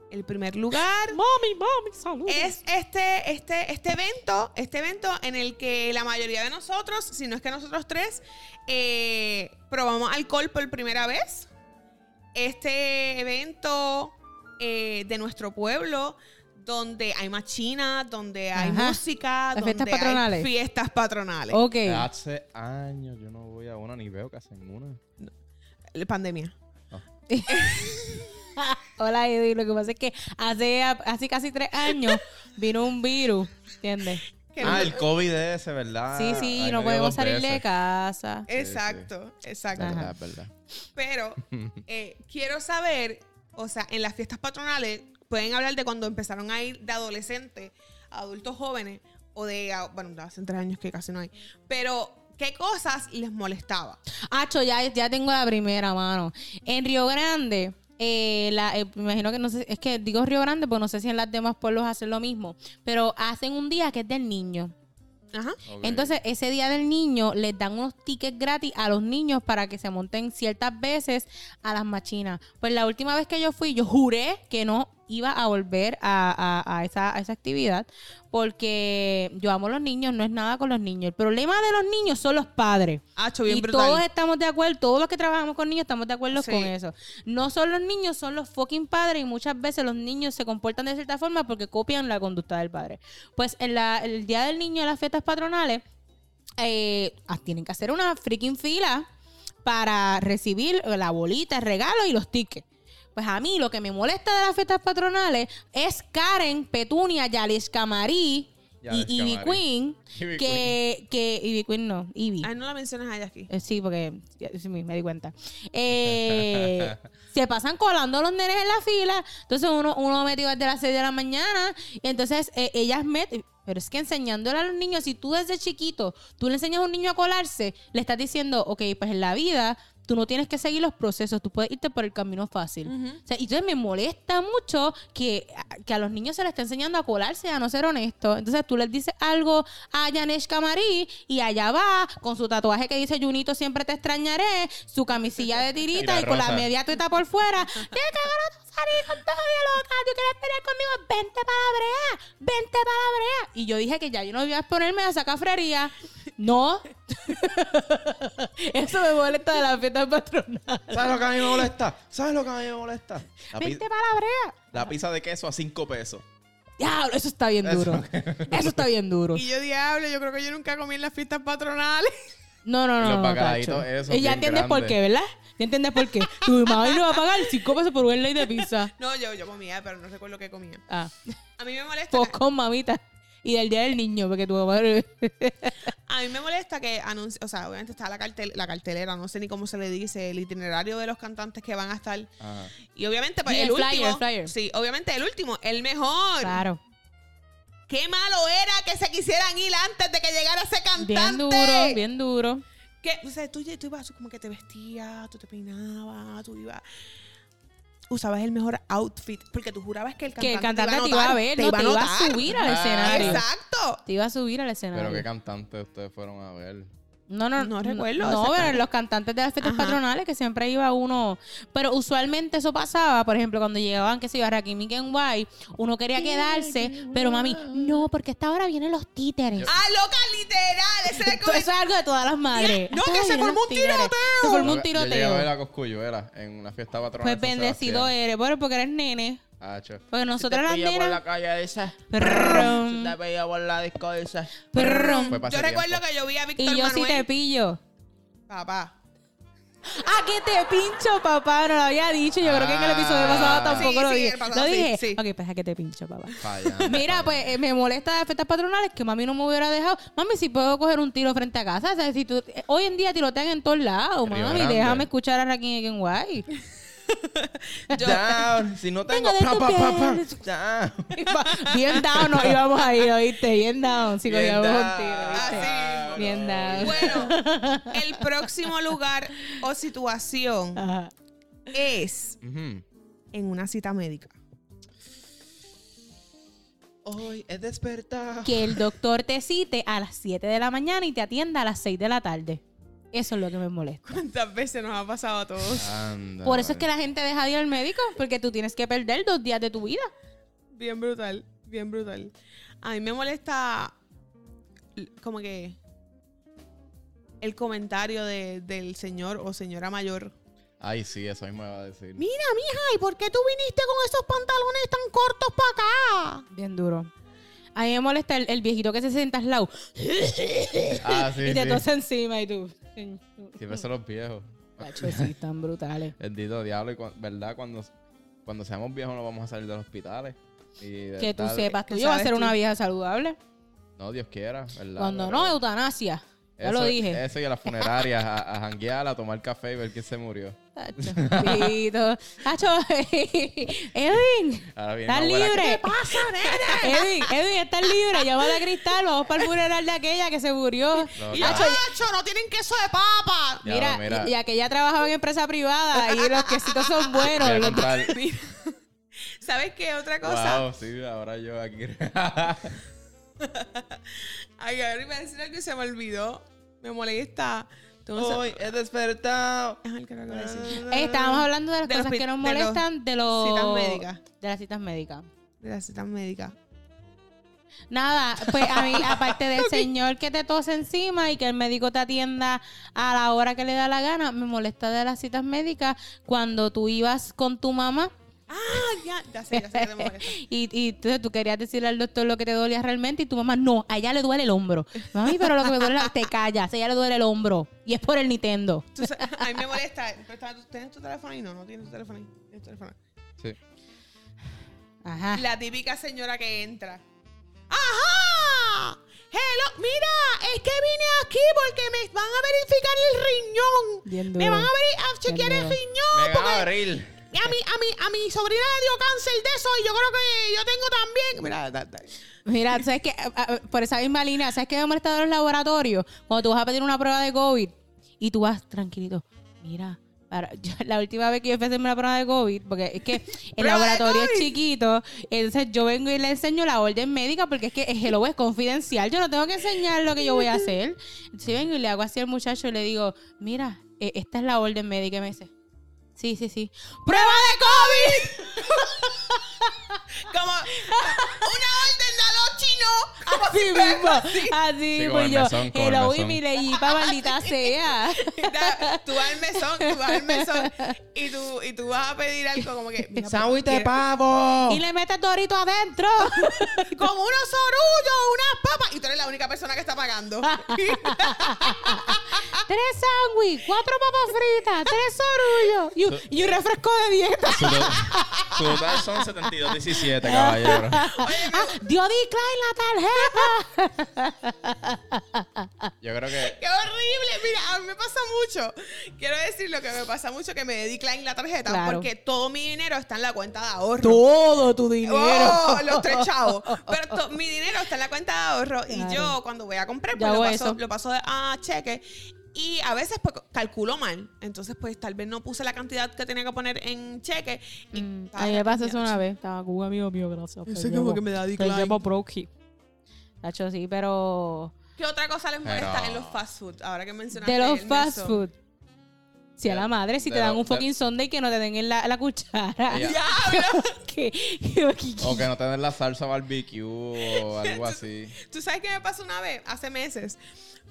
El primer lugar
Mami, mami, saludos.
es este, este, este evento, este evento en el que la mayoría de nosotros, si no es que nosotros tres, eh, probamos alcohol por primera vez. Este evento eh, de nuestro pueblo, donde hay machinas, donde hay
Ajá.
música,
Las
donde
fiestas
hay
patronales.
fiestas patronales.
Ok.
Ah, Hace años yo no voy a una ni veo que hacen una.
La Pandemia.
Hola, Eddie. Lo que pasa es que hace, hace casi tres años vino un virus, ¿entiendes?
Que
ah,
no-
el COVID ese, ¿verdad?
Sí, sí,
Ay, me dio
no podemos
Ah, dos
salir de
veces.
casa.
Exacto, exacto.
Ajá.
Verdad, verdad.
Pero eh, quiero saber, o sea, en las fiestas patronales pueden hablar de cuando empezaron a ir de adolescentes a adultos jóvenes o de, a- bueno, de hace tres años que casi no hay, pero qué cosas les molestaba.
Acho, ya, ya tengo la primera mano. En Río Grande, eh, la, eh, me imagino que no sé, es que digo Río Grande, pues no sé si en las demás pueblos hacen lo mismo, pero hacen un día que es del niño.
Ajá.
Ok.
Entonces, ese día del niño les dan unos tickets gratis a los niños para que se monten ciertas veces a las machinas. Pues la última vez que yo fui, yo juré que no iba a volver a, a- a esa, a esa actividad porque yo amo a los niños, no es nada con los niños. El problema de los niños son los padres.
Hacho, bien
y
brutal.
todos estamos de acuerdo, todos los que trabajamos con niños estamos de acuerdo
Sí.
con eso. No son los niños, son los fucking padres y muchas veces los niños se comportan de cierta forma porque copian la conducta del padre. Pues en la- el día del niño en las fiestas patronales eh, ah, tienen que hacer una freaking fila para recibir la bolita, el regalo y los tickets. Pues a mí lo que me molesta de las fiestas patronales es Karen, Petunia, Yalis Camarí y
Yalis
Ivy
Camarí.
Queen,
Ivy
que, que Ivy Queen no, Ivy.
Ay, Ah, no la mencionas allá aquí.
Eh, Sí, porque ya- sí, me di cuenta. Eh, se pasan colando los nenes en la fila. Entonces uno, uno metido desde las 6 de la mañana. Y entonces eh, ellas meten. Pero es que enseñándole a los niños, si tú desde chiquito, tú le enseñas a un niño a colarse, le estás diciendo, ok, pues en la vida tú no tienes que seguir los procesos, tú puedes irte por el camino fácil.
Ujú.
O sea, y entonces me molesta mucho que, que a los niños se les está enseñando a colarse, a no ser honestos. Entonces tú les dices algo a Yanesh Camarí y allá va con su tatuaje que dice Junito siempre te extrañaré, su camisilla de tirita
Y la
y, con la
rosa.
media tuita por fuera. Tienes que ganar salir con todo de loca, tú quieres pelear conmigo, vente para la brea, vente para la brea. Y yo dije que ya yo no voy a exponerme a esa cafrería. No. Eso me molesta de la fiesta patronal.
¿Sabes lo que a mí me molesta? ¿Sabes lo que a mí me molesta? La, pi-
Vente para la brea.
la pizza de queso a 5 pesos.
Diablo, eso está bien
Eso.
duro. Eso está bien duro.
Y yo, diablo, yo creo que yo nunca comí en las fiestas patronales.
No, no, no.
Los
no,
bacalaitos
Tacho.
esos
Y ya
bien
entiendes por
grandes.
qué, ¿verdad? Ya entiendes por qué. Tu mamá no va a pagar 5 pesos por un ley de pizza.
No, yo, yo comía, pero no recuerdo qué comía.
Ah,
A mí me molesta.
pues con mamita. Y del día del niño, porque tu mamá.
A mí me molesta que anuncie, o sea, obviamente está la, cartel, la cartelera, no sé ni cómo se le dice, el itinerario de los cantantes que van a estar.
Ajá.
Y obviamente, pues,
Y
el,
el flyer,
último.
el flyer.
Sí, obviamente el último, el mejor.
Claro.
Qué malo era que se quisieran ir antes de que llegara ese cantante.
Bien duro, bien duro.
Que, o sea, tú, tú ibas como que te vestías, tú te peinabas, tú ibas. Usabas el mejor outfit, porque tú jurabas que el cantante,
Que el cantante te
notar,
iba a ver, no te iba a
notar.
subir al
Ah,
escenario.
Exacto.
Te iba a subir al
Pero qué
escenario.
cantante ustedes fueron a ver.
No, no,
No recuerdo
No, pero
exactamente.
los cantantes de las fiestas
Ajá.
patronales que siempre iba uno. Pero usualmente eso pasaba, por ejemplo, cuando llegaban, que se iba a Rakim y Kenway, uno quería quedarse, pero mami, no, porque hasta ahora vienen los títeres.
¡Ah, loca, literal! Ese
Esto-
era el
eso
comentario.
es algo de todas las madres.
No,
Hasta
que se
vienen
formó
los
un
títeres.
tiroteo.
Se formó un
Yo llegué a ver
tiroteo.
a Coscuyo, era, en una fiesta patronal.
Pues
de San
bendecido
Sebastián.
eres, bueno, porque eres nene.
Ah, cho.
Porque nosotras las nenas. Mm.
calle esa.
Prrrum,
pillo por la disco
Mm.
esa.
prrrum.
Fue pa'
Yo
ese
recuerdo
tiempo.
que yo vi a Víctor
Y yo sí
Manuel.
te pillo.
Papá.
Ah, que te pincho, papá. No lo había dicho. Yo creo que en el episodio
Ah.
pasado tampoco
Sí,
lo
sí,
dije.
el pasado
¿Lo
sí,
dije?
sí.
Ok, pues a que te pincho, papá.
Fallando,
Mira,
fallando.
pues eh, me molesta de fiestas patronales que mami no me hubiera dejado. Mami, si puedo coger un tiro frente a casa. O sea, si tú- eh, hoy en día tirotean en todos lados,
Río
mami.
Grande.
Déjame escuchar a Rakim y Guay.
Down, si no tengo
Venga de
pa,
este
pa,
tu
pa, pa.
piel.
Down.
Bien down nos íbamos ahí, ¿oíste? Bien down. Si
Bien
cogíamos un
down. Ah,
tiro, ¿viste?
Así mismo.
Bien down.
Bueno, el próximo lugar o situación
Ajá.
es
Ujú.
en una cita médica.
Hoy he despertado.
que el doctor te cite a las 7 de la mañana y te atienda a las 6 de la tarde. Eso es lo que me molesta.
¿Cuántas veces nos ha pasado a todos?
Anda,
Por eso es
vale.
que la gente deja de ir al médico, porque tú tienes que perder dos días de tu vida.
Bien brutal, bien brutal. A mí me molesta l- como que el comentario de- del señor o señora mayor.
Ay, sí, eso mismo iba a decir.
Mira, mija, ¿y por qué tú viniste con esos pantalones tan cortos para acá?
Ah, Bien duro. A mí me molesta el, el viejito que se sienta al lado
Ah, sí,
y te
sí.
tose encima y tú.
Siempre son los viejos.
Cacho, sí, tan brutales.
Bendito diablo, y cuan- ¿verdad? Cuando, cuando seamos viejos no vamos a salir de los hospitales. Y de
Que tú
estar-
sepas, tú
¿Qué
yo voy a
sabes
ser
tú?
una vieja saludable.
No, Dios quiera, ¿verdad?
Cuando
Pero
no, eutanasia. Ya lo
eso- eh.
dije.
Eso y a las funerarias, a, a janguear, a tomar café y ver quién se murió.
Tacho, viejito. Tacho, Edwin.
Ahora viene
¿Estás
la abuela que-
libre? ¿Qué pasa, nena? Edwin, Edwin, ¿estás libre? Llámala a Cristal, vamos para el funeral de aquella que se murió.
No,
Y yo,
ya-
"Chacho, no tienen queso de papa!
ya,
mira, Y, y aquella trabajaba en empresa privada y los quesitos son buenos.
voy a
los-
contar.
¿Sabes qué? Otra cosa.
Wow, sí, ahora yo aquí.
Ay, ahora iba a decir algo que se me olvidó. Me molesta. Entonces,
he despertado. Ah.
Ajá, el que acabo de decir.
Eh, estábamos hablando de las
De los
cosas
pi-
que nos
de los
molestan de los
citas médicas.
De las citas médicas.
De las citas médicas.
Nada, pues a mí, aparte del señor que te tose encima y que el médico te atienda a la hora que le da la gana, me molesta de las citas médicas cuando tú ibas con tu mamá
Ah, ya, ya sé, ya sé que te molesta.
Y, y entonces tú querías decirle al doctor lo que te dolía realmente y tu mamá, no, a ella le duele el hombro. Mami, pero lo que me duele, la- te callas, a ella le duele el hombro. Y es por el Nintendo.
Tú sa- a mí me molesta. pero está- ¿tú ¿Tienes tu teléfono ahí? No, no tienes tu teléfono ahí. Tienes tu teléfono.
Sí.
Ajá.
La típica señora que entra. ¡Ajá! Hello, mira, es que vine aquí porque me van a verificar el riñón.
Bien
Me
duro.
van a, veri- a chequear el
duro.
riñón.
Me va a abrir.
Y A mi, a, mi, a mi sobrina le dio cáncer de eso y yo creo que yo tengo también. Mira, da- da-
Mira, ¿sabes qué? Ah, ah, Por esa misma línea, ¿sabes qué me molesta de los laboratorios? Cuando tú vas a pedir una prueba de COVID y tú vas tranquilito, mira. para- yo- la última vez que yo fui a hacerme la prueba de COVID, porque es que el
¿Prueba de
laboratorio es
COVID?
chiquito, entonces yo vengo y le enseño la orden médica porque es que eh, hello es confidencial, yo no tengo que enseñar lo que yo voy a hacer. Entonces yo vengo y le hago así al muchacho y le digo, mira, eh, esta es la orden médica y me dice, sí, sí, sí, ¡prueba de COVID!
Como una orden de los chinos.
Así mismo, así mismo.
con el
y yo,
mesón, con el
hello, y
mesón.
mi leyipa, maldita sea.
Da- Tú vas al mesón, tú vas al mesón y tú, y tú vas a pedir algo como que. mira,
¡Sándwich de
quiero-
pavo!
Y le metes dorito adentro.
Con unos orullos, unas papas. Y tú eres la única persona que está pagando.
tres sándwiches, cuatro papas fritas, tres orullos y un, y un refresco de dieta.
Su, to- su total son 72.17, caballero.
Ah, dio decline la tarjeta.
Yo creo que.
¡Qué horrible! Mira, a mí me pasa mucho. Quiero decir lo que me pasa mucho: que me decline la tarjeta
Claro.
porque todo mi dinero está en la cuenta de ahorro.
Todo tu
Oh, los tres chavos. Pero to- mi dinero está en la cuenta de ahorro
Claro.
y yo cuando voy a comprar,
Yo
pues lo
hago
paso,
eso.
lo paso de- a cheque. Y a veces pues, calculo mal. Entonces, pues tal vez no puse la cantidad que tenía que poner en cheque. Y
Mm, A mí me pasó eso una vez. Estaba con un amigo mío, gracias.
Ese como que me da
Se
decline.
llama Broki. Tacho, sí, pero
¿Qué otra cosa les molesta
Pero-
en los fast food? Ahora que mencionaste
De los
el
fast
meso.
food. Si a
De-
la madre, si
de
te dan
lo-
un
de-
fucking sundae que no te den en la, la cuchara.
Ella-
Que- que- que-
O que no te den la salsa barbecue o algo así.
¿Tú sabes qué me pasó una vez? Hace meses.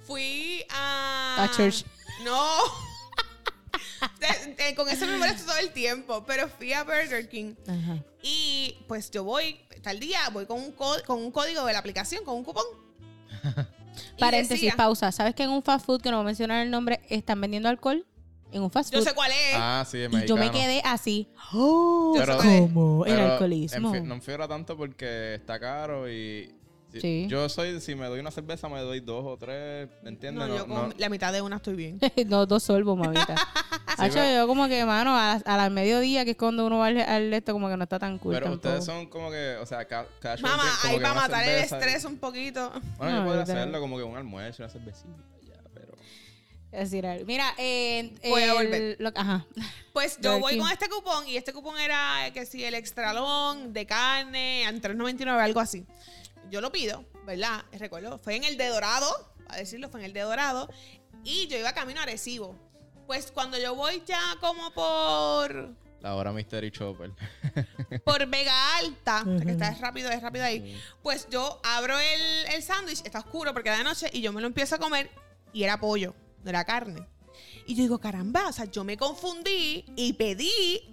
Fui a...
A church.
No. Te- te- con eso me molesto todo el tiempo. Pero fui a Burger King.
Ajá.
Y pues yo voy, tal día, voy con un, co- con un código de la aplicación, con un cupón. Y
Paréntesis,
decía-
pausa. ¿Sabes que en un fast food, que no voy a mencionar el nombre, están vendiendo alcohol? En un fast
Yo
food.
sé Oh. cuál es.
Ah, sí, es
Eh, y yo
mexicano.
me quedé así.
Pero-
¿Cómo? El
Pero
alcoholismo.
enfi- no enfiebra tanto porque está caro y... si-
Sí.
Yo soy, si me doy una cerveza, me doy dos o tres, ¿me
no,
entiendes?
yo con la mitad de una estoy bien.
no, dos sorbos, mamita. Hacho,
pero-
yo como que, mano, a las- a las mediodía, que es cuando uno va al, al esto, como que no está tan cool
Pero
tampoco.
ustedes son como que, o sea, ca casual
Mamá,
drink, como
ahí
que
va a
una
matar el
cerveza y-
estrés un poquito.
Bueno,
No,
yo podría
yo también.
hacerlo como que un almuerzo, una cervecita y ya, pero...
Es decir, al- mira, eh,
Voy a
el-
volver.
lo- ajá.
Pues yo
Burger
voy
King.
con este cupón y este cupón era eh, que si el extralón de carne, en 3.99, algo así. Yo lo pido, ¿verdad? Recuerdo, fue en el de Dorado, a decirlo, fue en el de Dorado. Y yo iba camino a Arecibo. Pues cuando yo voy ya como por,
La hora Mystery Chopper.
por Vega Alta, que está es rápido, es rápido ahí, pues yo abro el, el sándwich, está oscuro porque era de noche, y yo me lo empiezo a comer y era pollo, no era carne. Y yo digo, caramba, o sea, yo me confundí y pedí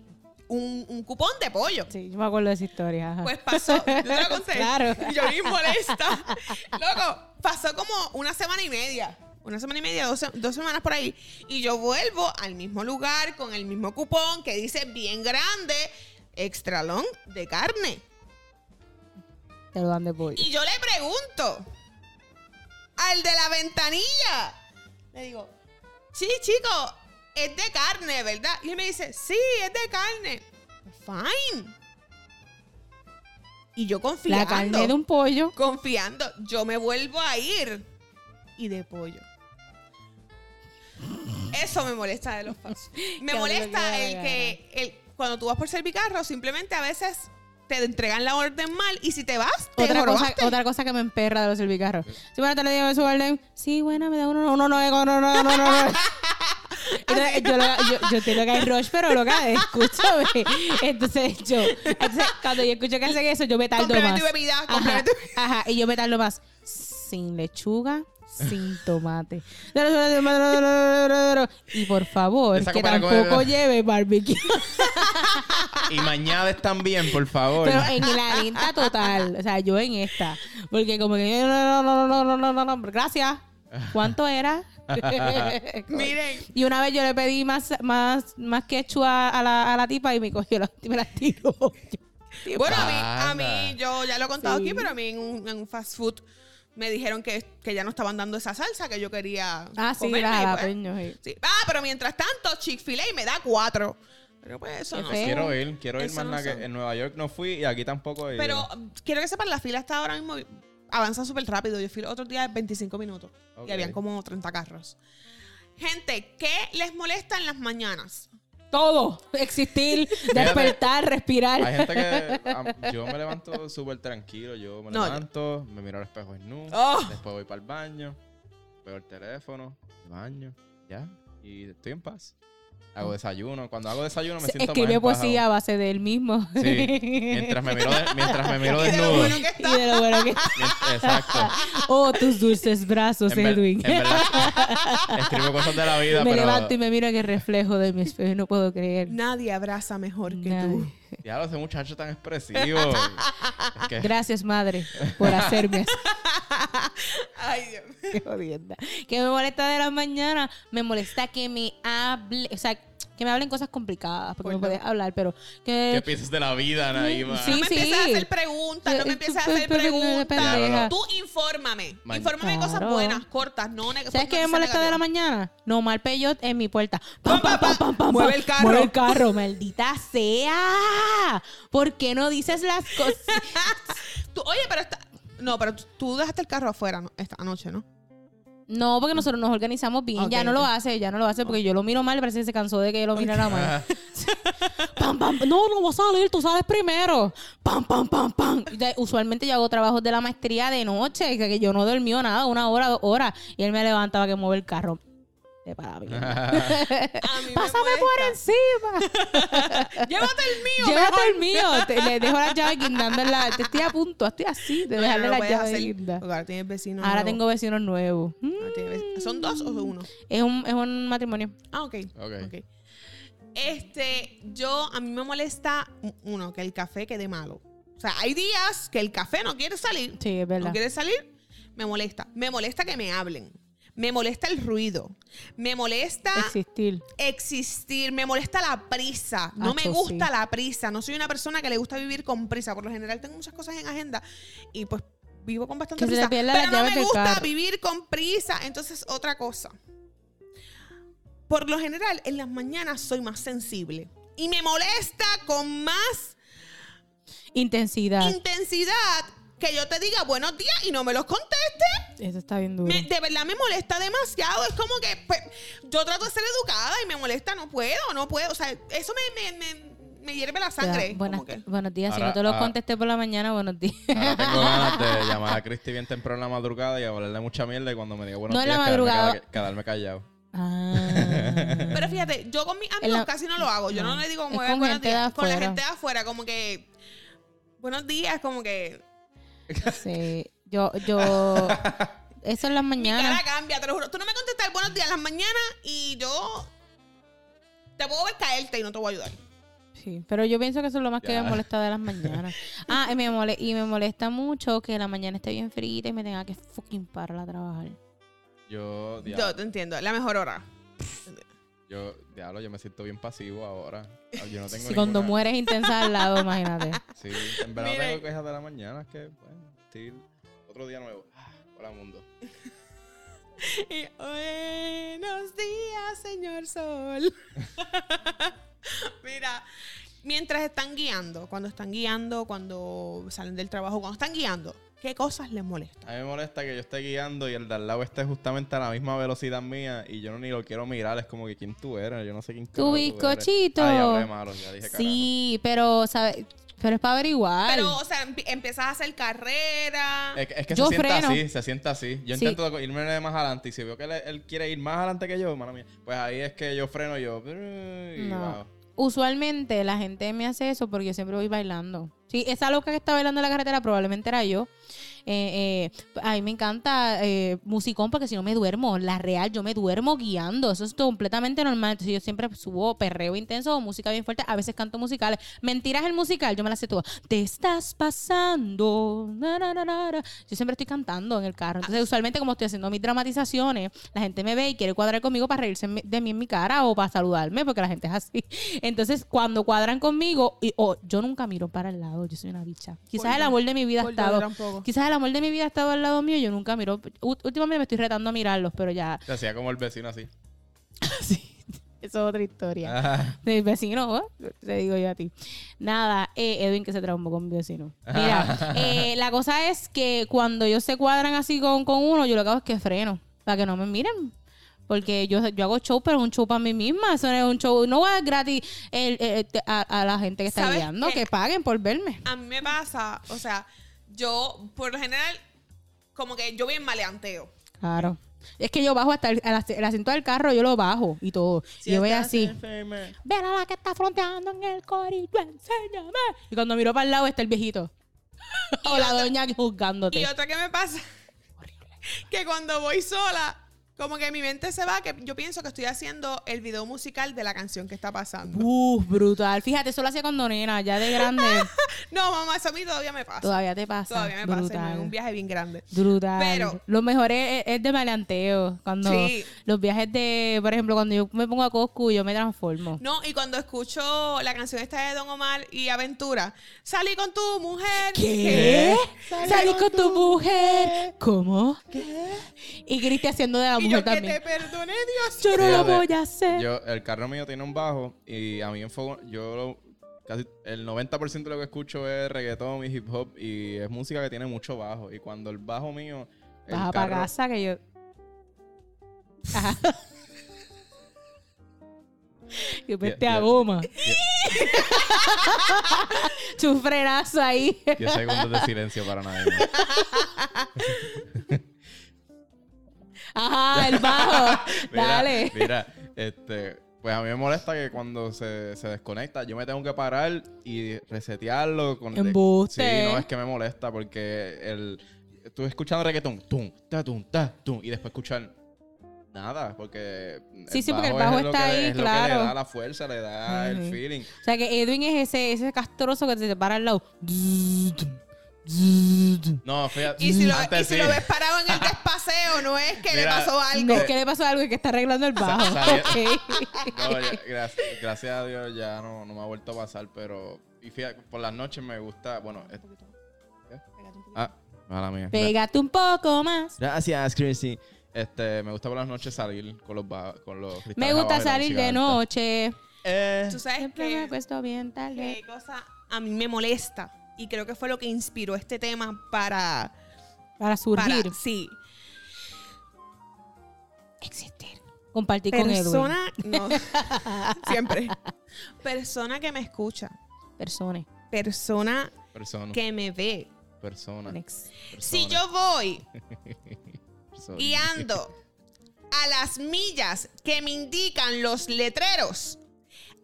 un, un cupón de pollo.
Sí, yo me acuerdo de esa historia. ajá.
Pues pasó, yo te lo conté.
Claro.
Yo bien molesta. Loco, pasó como una semana y media. Una semana y media, dos, se- dos semanas por ahí. Y yo vuelvo al mismo lugar con el mismo cupón que dice bien grande, extralón de carne.
Te lo dan de pollo.
Y yo le pregunto al de la ventanilla. Le digo, sí, chico, es de carne, ¿verdad? Y él me dice, sí, es de carne. Fine. Y yo confiando.
La carne de un pollo.
Confiando, yo me vuelvo a ir. Y de pollo. Eso me molesta de los fast food. Me
Qué
molesta
horrible,
el
cara.
que el, cuando tú vas por servicarro, simplemente a veces te entregan la orden mal y si te vas, te
Otra cosa,
jorobaste.
otra cosa que me emperra de los servicarros. Si buena te le digo su orden. Sí, buena, me da uno, uno, no, no, no, no, no, no. no. Entonces, yo, lo, yo, yo te lo caí rush, pero loca, escúchame. Entonces, yo, entonces, cuando yo escucho que hacen eso, yo me tardo
Complemento
más.
y bebida,
ajá,
complemento
ajá, y yo me tardo más. Sin lechuga, sin tomate. Y por favor,
Esa
que
compara con el-
tampoco lleve barbecue.
y mañana también, por favor.
Pero en la lenta total. O sea, yo en esta. Porque como que no, no, no, no, no, no, no, no, gracias. ¿Cuánto era?
Miren,
Y una vez yo le pedí más, más, más quechua a la, a la tipa y me cogió la, me la tiró.
bueno, a mí, a mí,
Anda.
yo ya lo he contado
Sí.
aquí, pero a mí en un, en un fast food me dijeron que, que ya no estaban dando esa salsa que yo quería
Ah, sí,
comerme,
la
y pues,
jalapeño. sí.
sí. Ah, pero mientras tanto, Chick-fil-A me da cuatro. Pero pues eso
Qué
no
feo.
sé.
Quiero ir, quiero ir
Eso
más
no
nada
son.
que en Nueva York no fui y aquí tampoco he ido.
Pero um, quiero que sepan, la fila está ahora mismo avanza súper rápido. Yo fui otro día 25 minutos
Ok.
y habían como 30 carros. Gente, ¿qué les molesta en las mañanas?
Todo. Existir, despertar,
Hay
respirar.
gente que am, yo me levanto súper tranquilo, yo me
No, yo-
levanto, me miro al espejo en nu,
Oh.
después voy para el baño, veo el teléfono, el baño, ya, y estoy en paz. Hago desayuno, cuando hago desayuno me
Oh. Se-
siento
Escribe
más empajado.
poesía a base de él mismo.
Sí, mientras me miro, de- mientras me miro
Y de lo
desnudo.
bueno que
y de lo bueno que...
Mien- Exacto.
Oh, tus dulces brazos,
ver-
Edwin.
en verdad, escribo cosas de la vida,
me
pero
levanto y me miro en el reflejo de mi espejo y no puedo creer.
Nadie abraza mejor que tú.
Nadie.
ya lo sé, muchacho tan expresivo. Es que-
Gracias, madre, por hacerme así.
Ay, Dios.
Qué jodienda. Que me molesta de la mañana, me molesta que me hable, o sea, que me hablen cosas complicadas, porque me
Por
puedes hablar, pero
¿Qué
que...
piensas de la vida, Naima?
Sí,
No me
sí.
empieces a hacer preguntas, no me
Eh,
empieces a
tú-
hacer
pero- pero-
preguntas.
pendeja.
Tú infórmame.
Ma-
Infórmame de cosas
Claro.
buenas, cortas, no neg-
¿Sabes qué me
noticias
molesta de la
negativas.
mañana? No mal peyot en mi puerta.
Pam,
Pam,
pam,
pam, pam, pam, pam,
Mueve
pam.
el carro.
Mueve el carro, maldita sea. ¿Por qué no dices las cosas?
Tú- oye, pero esta- No, pero tú- tú dejaste el carro afuera ¿no? esta noche, ¿no?
No, porque nosotros nos organizamos bien.
Ok,
ya no
ok.
lo hace, ya no lo hace porque yo lo miro mal y parece que se cansó de que yo lo mirara mal. pam, pam, no, no vas a salir, tú sales primero. Pam, pam, pam, pam. Y de- Usualmente yo hago trabajos de la maestría de noche, que que yo no dormía nada, una hora, dos horas. Y él me levantaba que mueve el carro. De para
A mí me
Eh, Pásame por
molesta.
encima.
Llévate el mío.
Llévate el mío. Te- le dejo las llaves guindando en la. te estoy a punto, estoy así de
No,
dejarle
no lo
las
puedes
llaves
hacer,
guindadas.
porque Ahora tienes vecinos.
Ahora tengo
nuevos.
vecinos nuevos. Mm,
Ahora tienes vec- ¿Son dos o uno?
Es un, es un matrimonio.
Ah, ok.
Ok.
Ok. Este, yo, a mí me molesta, u- uno, que el café quede malo. O sea, hay días que el café no quiere salir.
Sí, es
No
verdad.
quiere salir, me molesta. Me molesta que me hablen. Me molesta el ruido. Me molesta
Existir.
existir. Me molesta la prisa. No me
Acho,
gusta
sí.
la prisa. No soy una persona que le gusta vivir con prisa. Por lo general tengo muchas cosas en agenda y pues vivo con bastante
Que se te
prisa.
pierda
Pero
la
no
llave
me
del
gusta
carro.
vivir con prisa. Entonces, otra cosa. Por lo general, en las mañanas soy más sensible. Y me molesta con más
Intensidad.
intensidad que yo te diga buenos días y no me los conteste.
Eso está bien duro.
Me- de verdad me molesta demasiado. Es como que pues, yo trato de ser educada y me molesta, no puedo, no puedo. O sea, eso me, me, me- me hierve la
Te da
sangre.
buenas-
Como que-
Buenos días. si
Ahora-
no te lo
ah.
contesté por la mañana, buenos días.
Ahora tengo ganas de llamar a Cristi bien temprano en la madrugada y hablarle mucha mierda y cuando me diga buenos
No en la
días quedarme calla-
madrugada.
quedarme callado.
Ah.
Pero fíjate, yo con mis
En
amigos
la-
casi no lo hago. Yo no,
no.
le digo
Es
como
con
"Eh, buenos
gente de
días. Con la
afuera.
gente de afuera, como que buenos días, como que
Sí. Yo, yo. Eso en las
mi cara
mañanas.
cambia, te lo juro. Tú no me contestas el buenos días en las mañanas y yo te puedo ver caerte y no te voy a ayudar.
Sí. Pero yo pienso que eso es lo más que
Ya.
me molesta de las mañanas. Ah, y me, mole- y me molesta mucho que la mañana esté bien frita y me tenga que fucking parar a trabajar.
Yo,
Yo
diablo,
te entiendo, la mejor hora.
yo, diablo, yo me siento bien pasivo ahora. Ah, Yo no tengo
Si cuando
ninguna-
mueres intensa al lado, imagínate.
Sí, en verdad no
Mira.
tengo quejas de la mañana, es que, bueno, estoy otro día nuevo. Ah, Hola, mundo.
Y, Buenos días, señor Sol. Mira, mientras están guiando, cuando están guiando, cuando salen del trabajo, cuando están guiando, ¿qué cosas les molestan?
A mí me molesta que yo esté guiando y el de al lado esté justamente a la misma velocidad mía y yo ni lo quiero mirar. Es como que quién tú eres, yo no sé quién carajo eres.
bizcochito.
Ay, hablé malo, ya dije
Sí, pero, ¿sabes? Pero es para averiguar.
Pero, o sea, empie- empiezas a hacer carrera.
carajo. Es, que- es que
Yo
se sienta
freno.
así, se sienta así. Yo
Sí.
intento co- irme de más adelante y si veo que él, él quiere ir más adelante que yo, mano mía, pues ahí es que yo freno y yo. Y
No.
bajo.
Usualmente la gente me hace eso porque yo siempre voy bailando. Sí, esa loca que está bailando en la carretera probablemente era yo. Eh, eh, a mí me encanta eh, musicón porque si no me duermo, la real, yo me duermo guiando. Eso es completamente normal. Entonces yo siempre subo perreo intenso o música bien fuerte. A veces canto musicales. Mentiras el musical, yo me la sé toda. Te estás pasando. na, na, na, na, na. Yo siempre estoy cantando en el carro.
Ah.
Entonces usualmente como estoy haciendo mis dramatizaciones, la gente me ve y quiere cuadrar conmigo para reírse en mi- de mí en mi cara o para saludarme porque la gente es así. Entonces cuando cuadran conmigo, y, oh, yo nunca miro para el lado, yo soy una bicha. Quizás el amor de mi vida ha
Por
estado...
llorar un poco.
Quizás el amor de mi vida ha estado al lado mío y yo nunca miro. Ú- Últimamente me estoy retando a mirarlos, pero ya.
Se hacía como el vecino así.
sí, eso es otra historia.
Ah,
Mi vecino, ¿eh? te digo yo a ti. Nada, eh, Edwin que se traumó con mi vecino. Mira, eh, la cosa es que cuando ellos se cuadran así con, con uno, yo lo que hago es que freno, para que no me miren. Porque yo, yo hago show, pero es un show para mí misma. Eso no es un show. No va gratis el- el- el- a, a la gente que está
¿Sabes
guiando
qué?
que paguen por verme.
A mí me pasa, o sea, yo, por lo general, como que yo bien maleanteo.
Claro. Es que yo bajo hasta el, al- el asiento del carro, yo lo bajo y todo. Y yo voy así.
Ven a la que está fronteando en el corillo, enséñame.
Y cuando miró para el lado está el viejito. o la doña juzgándote.
Y otra que me pasa, que cuando voy sola, como que mi mente se va, que yo pienso que estoy haciendo el video musical de la canción que está pasando.
Uf, brutal. Fíjate, eso lo hacía cuando nena, ya de grande.
No, mamá, eso a mí todavía me pasa.
todavía te pasa.
Todavía me
brutal.
pasa. y me- Un viaje bien grande.
Brutal.
Pero-
lo mejor es, es de maleanteo. Cuando
Sí.
los viajes de, por ejemplo, cuando yo me pongo a Coscu, yo me transformo.
No, y cuando escucho la canción esta de Don Omar y Aventura, salí con tu mujer. ¿Qué?
Salí con tu mujer. ¿Cómo? Y Cristi haciendo de la
Y yo
mujer
que
también.
te perdoné, Dios.
Yo no lo
Fíjate,
voy a hacer.
Yo, el carro mío tiene un bajo y a mí en fuego, yo lo- casi el 90% de lo que escucho es reggaetón y hip hop y es música que tiene mucho bajo. Y cuando el bajo mío. el
Baja para
carro-
casa que yo. Ajá. Y vete
Ya,
a
ya.
goma. Tu frenazo ahí.
10 segundos de silencio para nadie.
Ajá, el bajo.
Mira,
Dale.
Mira, este, pues a mí me molesta que cuando se, se desconecta, yo me tengo que parar y resetearlo con
Embuste.
Sí, no es que me molesta porque el estuve escuchando reggaetón, tum, ta tum, ta tum y después escuchar nada, porque
Sí, sí, porque el
es
bajo
lo
está
que le-
ahí,
es lo que
claro.
le da la fuerza, le da el
Ujú.
feeling.
O sea que Edwin es ese, ese castroso que te para al lado.
No, fíjate.
Y si, lo,
Mm, antes
y si
sí.
lo ves parado en el despaseo, no es que le
Mira,
pasó algo.
No, es que le pasó algo es que está arreglando el bajo.
sabía-
Ok.
No, ya- gracias, gracias a Dios ya no, no me ha vuelto a pasar, pero y fíjate, por las noches me gusta, bueno, es- ¿Qué? ah, mala mía.
Pégate un poco más.
Gracias, Chrissy. Este, me gusta por las noches salir con los ba- con los cristales
Me
abajo
gusta
y la
salir
música
de
alta.
noche.
Eh,
Tú sabes
Siempre me
que,
acuesto bien
que
tarde.
cosa a mí me molesta. Y creo que fue lo que inspiró este tema para...
Para surgir.
para sí.
Existir. Compartir con Edwin.
Persona... No. Siempre. Persona que me escucha.
Persona.
Persona
persona,
que me ve.
persona,
Next.
Si
persona,
yo voy
persona.
y ando a las millas que me indican los letreros,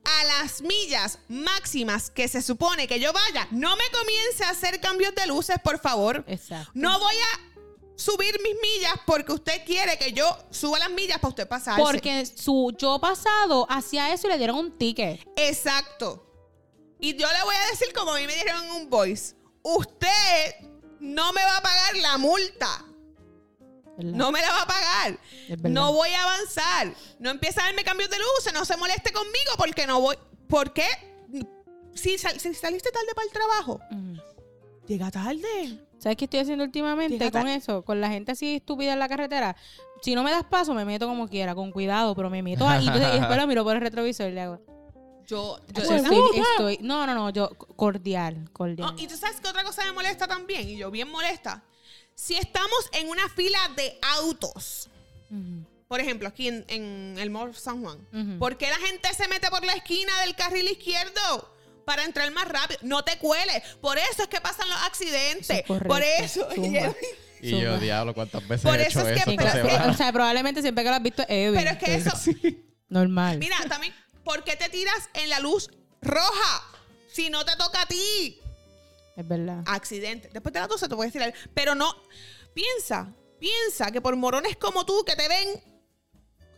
a las millas máximas que se supone que yo vaya, no me comience a hacer cambios de luces, por favor.
Exacto.
No voy a subir mis millas porque usted quiere que yo suba las millas para usted pasar.
Porque su yo pasado hacía eso y le dieron un ticket.
Exacto. Y yo le voy a decir como a mí me dijeron en un voice, usted no me va a pagar la multa.
¿verdad?
No me la va a pagar.
Es verdad.
No voy a avanzar. No empieza a darme cambios de luces. No se moleste conmigo porque no voy. ¿Por qué? Si, sal- si saliste tarde para el trabajo,
Ujú.
llega tarde.
¿Sabes qué estoy haciendo últimamente
Fíjate.
con eso? Con la gente así estúpida en la carretera. Si no me das paso, me meto como quiera, con cuidado, pero me meto ahí. Entonces, y después lo miro por el retrovisor y le hago.
Yo,
Yo
yo-
estoy, estoy- No, no, no, yo cordial, cordial.
Oh, y tú sabes que otra cosa me molesta también, y yo bien molesta. Si estamos en una fila de autos,
Ujú.
por ejemplo, aquí en, en el Mall San Juan,
Ujú.
¿por qué la gente se mete por la esquina del carril izquierdo? Para entrar más rápido, no te cueles. Por eso es que pasan los accidentes.
Eso es correcto.
por eso.
Zumba.
y
Zumba.
yo diablo cuántas veces
Por
he
eso
hecho
es
eso
Sí,
que-
esta
pero-
que-
semana.
o sea, probablemente siempre que lo has visto es Edwin.
Pero es que eso,
Entonces, Normal.
Mira, también, ¿por qué te tiras en la luz roja si no te toca a ti?
es verdad.
Accidente. Después de la 12 te voy a tirar. Pero no, piensa, piensa que por morones como tú que te ven,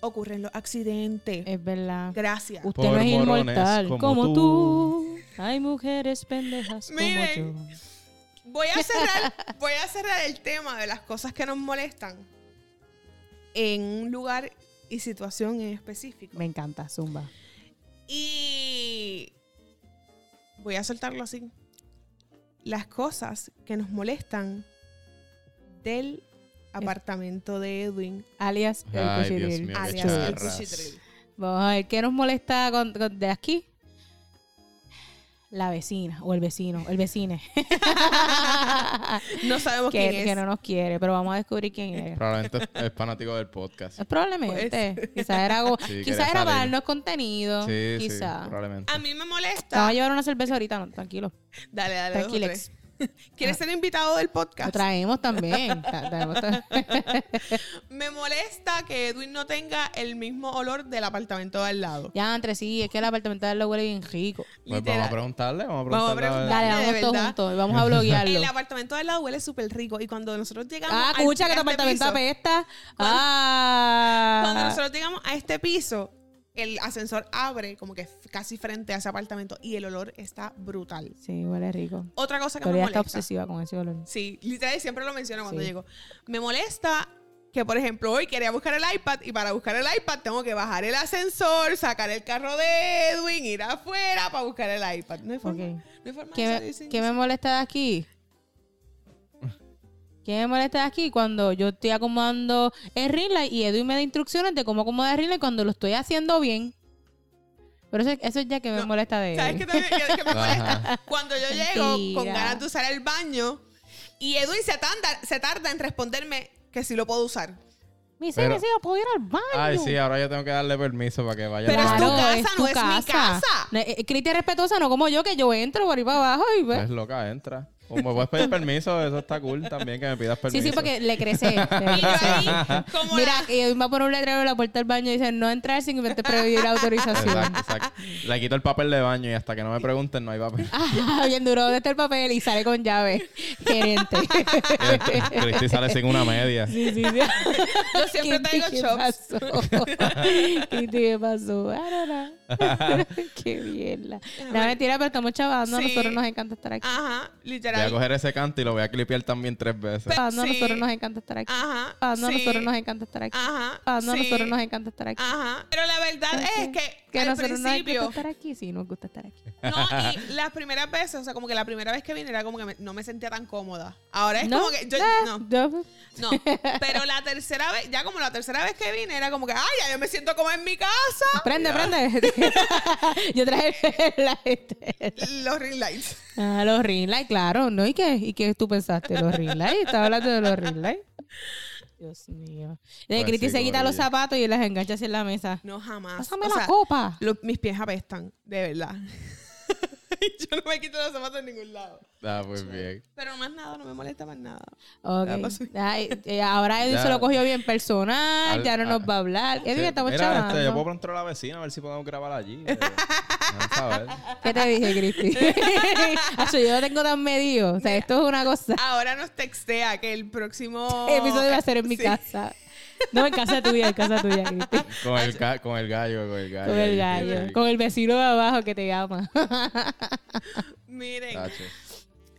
ocurren los accidentes.
Es verdad.
Gracias.
Usted
Por
no es
morones
inmortal
como
como,
tú.
tú. Hay mujeres pendejas
Miren.
como yo.
Voy a cerrar, voy a cerrar el tema de las cosas que nos molestan en un lugar y situación en específico.
Me encanta, Zumba.
Y voy a soltarlo así. Las cosas que nos molestan del apartamento de Edwin,
Alias el
Ay,
cuchitril.
Dios mío, qué
alias el
charras.
cuchitril.
Vamos a ver, ¿qué nos molesta con- con- de aquí? La vecina o el vecino, el vecine.
No sabemos
que,
quién es.
que no nos quiere, pero vamos a descubrir quién es.
Probablemente es fanático del podcast.
Eh, Probablemente. Quizás era, algo-
Sí,
quizás
quería
era para
salir.
darnos contenido.
Sí, sí,
quizás.
probablemente.
A mí me
Te vas
molesta.
a llevar una cerveza ahorita, no, tranquilo.
Dale, dale. dos o
Tranquilex.
tres. ¿Quieres
Ah.
ser invitado del
Lo
podcast?
traemos también. Tra- traemos ta-
Me molesta que Edwin no tenga el mismo olor del apartamento de al lado.
ya, entre sí, es que el apartamento de él lo huele bien rico.
Pues vamos a
Literal.
preguntarle, vamos a
Vamos a
preguntarle. a ver.
Dale,
de
vamos todos
verdad.
juntos. Vamos a bloguearlo.
El apartamento de al lado huele súper rico. Y cuando nosotros llegamos.
Ah,
al-
escucha
a
que tu
este
apartamento
piso-
apesta.
Cuando- Cuando
Ah.
nosotros llegamos a este piso, el ascensor abre como que f- casi frente a ese apartamento y el olor está brutal.
Sí, huele rico.
Otra cosa que
Corea
me
está
molesta.
obsesiva con ese olor.
Sí, literal siempre lo menciono cuando
Sí.
llego. Me molesta que, por ejemplo, hoy quería buscar el iPad y para buscar el iPad tengo que bajar el ascensor, sacar el carro de Edwin, ir afuera para buscar el iPad. No hay forma,
Ok.
no hay forma
¿Qué
de
me,
salir sin-
qué me molesta de aquí? ¿Qué me molesta de aquí? Cuando yo estoy acomodando el ring light y Edwin me da instrucciones de cómo acomodar el ring light cuando lo estoy haciendo bien. Pero eso, eso es ya que me
No,
molesta de
¿Sabes qué
Edwin.
también- qué- qué me molesta?
Ajá.
Cuando yo llego con
Mentira.
ganas de usar el baño y Edwin se tanda- se tarda en responderme que si lo puedo usar.
Mis
Pero-
hijos puedo ir al baño.
Ay, sí, ahora yo tengo que darle permiso para que vaya
Pero
al
es tu
baño.
casa, no es mi casa.
No, eh, eh, Cristi es respetuosa, no como yo, que yo entro por ahí para abajo y ve.
Es loca, entra. O me puedes pedir permiso, eso está cool también, que me pidas Pues, permiso.
Sí, sí, porque le crece. le
Y
crece.
yo ahí, como
Mira,
la-
y va a poner un letrero en la puerta del baño y dice no entrar sin que te previo la autorización.
Exacto, exacto. Le quito el papel de baño y hasta que no me pregunten no hay papel.
Ah, bien duro, ¿dónde está el papel? Y sale con llave. Gerente.
Cristi Este, sale sin una media.
Sí, sí, sí.
yo siempre
Kitty,
traigo
¿qué
chops.
pasó? Kitty, ¿qué pasó? Ah, no, no. Qué mierda. No, mentira, pero estamos chavando. A
Sí.
nosotros nos encanta estar aquí.
Ajá,
Voy a
literal.
coger ese canto y lo voy a clipear también tres veces.
Chavando, A
Ah, sí.
nosotros nos encanta estar aquí.
Ajá.
Chavando, A
sí,
Ah, nosotros nos encanta estar aquí.
Ajá.
Chavando, A
sí,
nosotros nos encanta estar aquí.
Ajá. Pero la verdad es que,
Que a
al
nosotros nos encanta
principio.
estar aquí. Sí, nos gusta estar aquí.
No, y las primeras veces, o sea, como que la primera vez que vine era como que me- no me sentía tan cómoda. Ahora es como que yo,
Ah.
no,
yo-
no. Pero la tercera vez, ya como la tercera vez que vine era como que, ay, ya yo me siento como en mi casa.
Prende, prende. yo traje la gente.
Los ring lights.
Ah, los ring light, claro, ¿no? ¿Y qué? ¿Y qué tú pensaste? Los ring light, estaba hablando de los ring light. Dios mío.
Pues
Eh, Cristi
sí,
se quita los
Gorilla.
zapatos y las engancha así en la mesa.
No jamás.
Pásame
O
la
sea,
copa.
lo- mis pies apestan, de verdad. yo no me quito los zapatos en ningún lado.
Ah, pues bien.
Pero más nada, no me molesta más nada.
Ok.
Ya pasó.
Ay, eh, ahora Edu
Ya.
se lo cogió bien personal,
Al-
ya no nos
a-
va a hablar. Edu,
Sí,
ya estamos
mira, este, yo puedo
chavando.
preguntar a la vecina a ver si podemos grabar allí. eh. Vamos a ver.
¿Qué te dije, Cristi? Acho, yo lo tengo tan medido. O sea, esto es una cosa.
Ahora nos textea que el próximo
El episodio va a ser en mi
Sí.
casa. No, en casa tuya, en casa tuya, Cristi.
Con el, ga- con el gallo, con el gallo.
Con el
ahí,
gallo.
ahí.
Con el vecino de abajo que te ama.
Miren,
Tacho.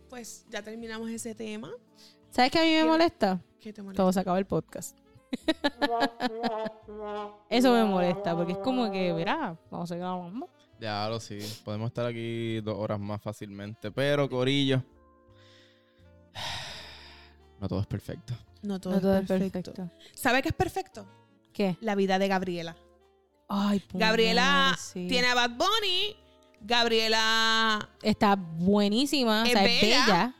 pues ya terminamos ese tema.
¿Sabes qué a mí me molesta?
¿Qué te molesta?
Todo se acaba el podcast. Eso me molesta, porque es como que, verá, vamos a grabando.
Ya, lo sí. Podemos estar aquí dos horas más fácilmente. Pero, Corillo. No todo es perfecto.
No todo,
No todo es
perfecto.
perfecto.
¿Sabe qué es perfecto?
¿Qué?
La vida de Gabriela.
Ay, puñal,
Gabriela
Pues sí.
tiene a Bad Bunny. Gabriela
Está buenísima, o
Es
sea, es
bella.
bella.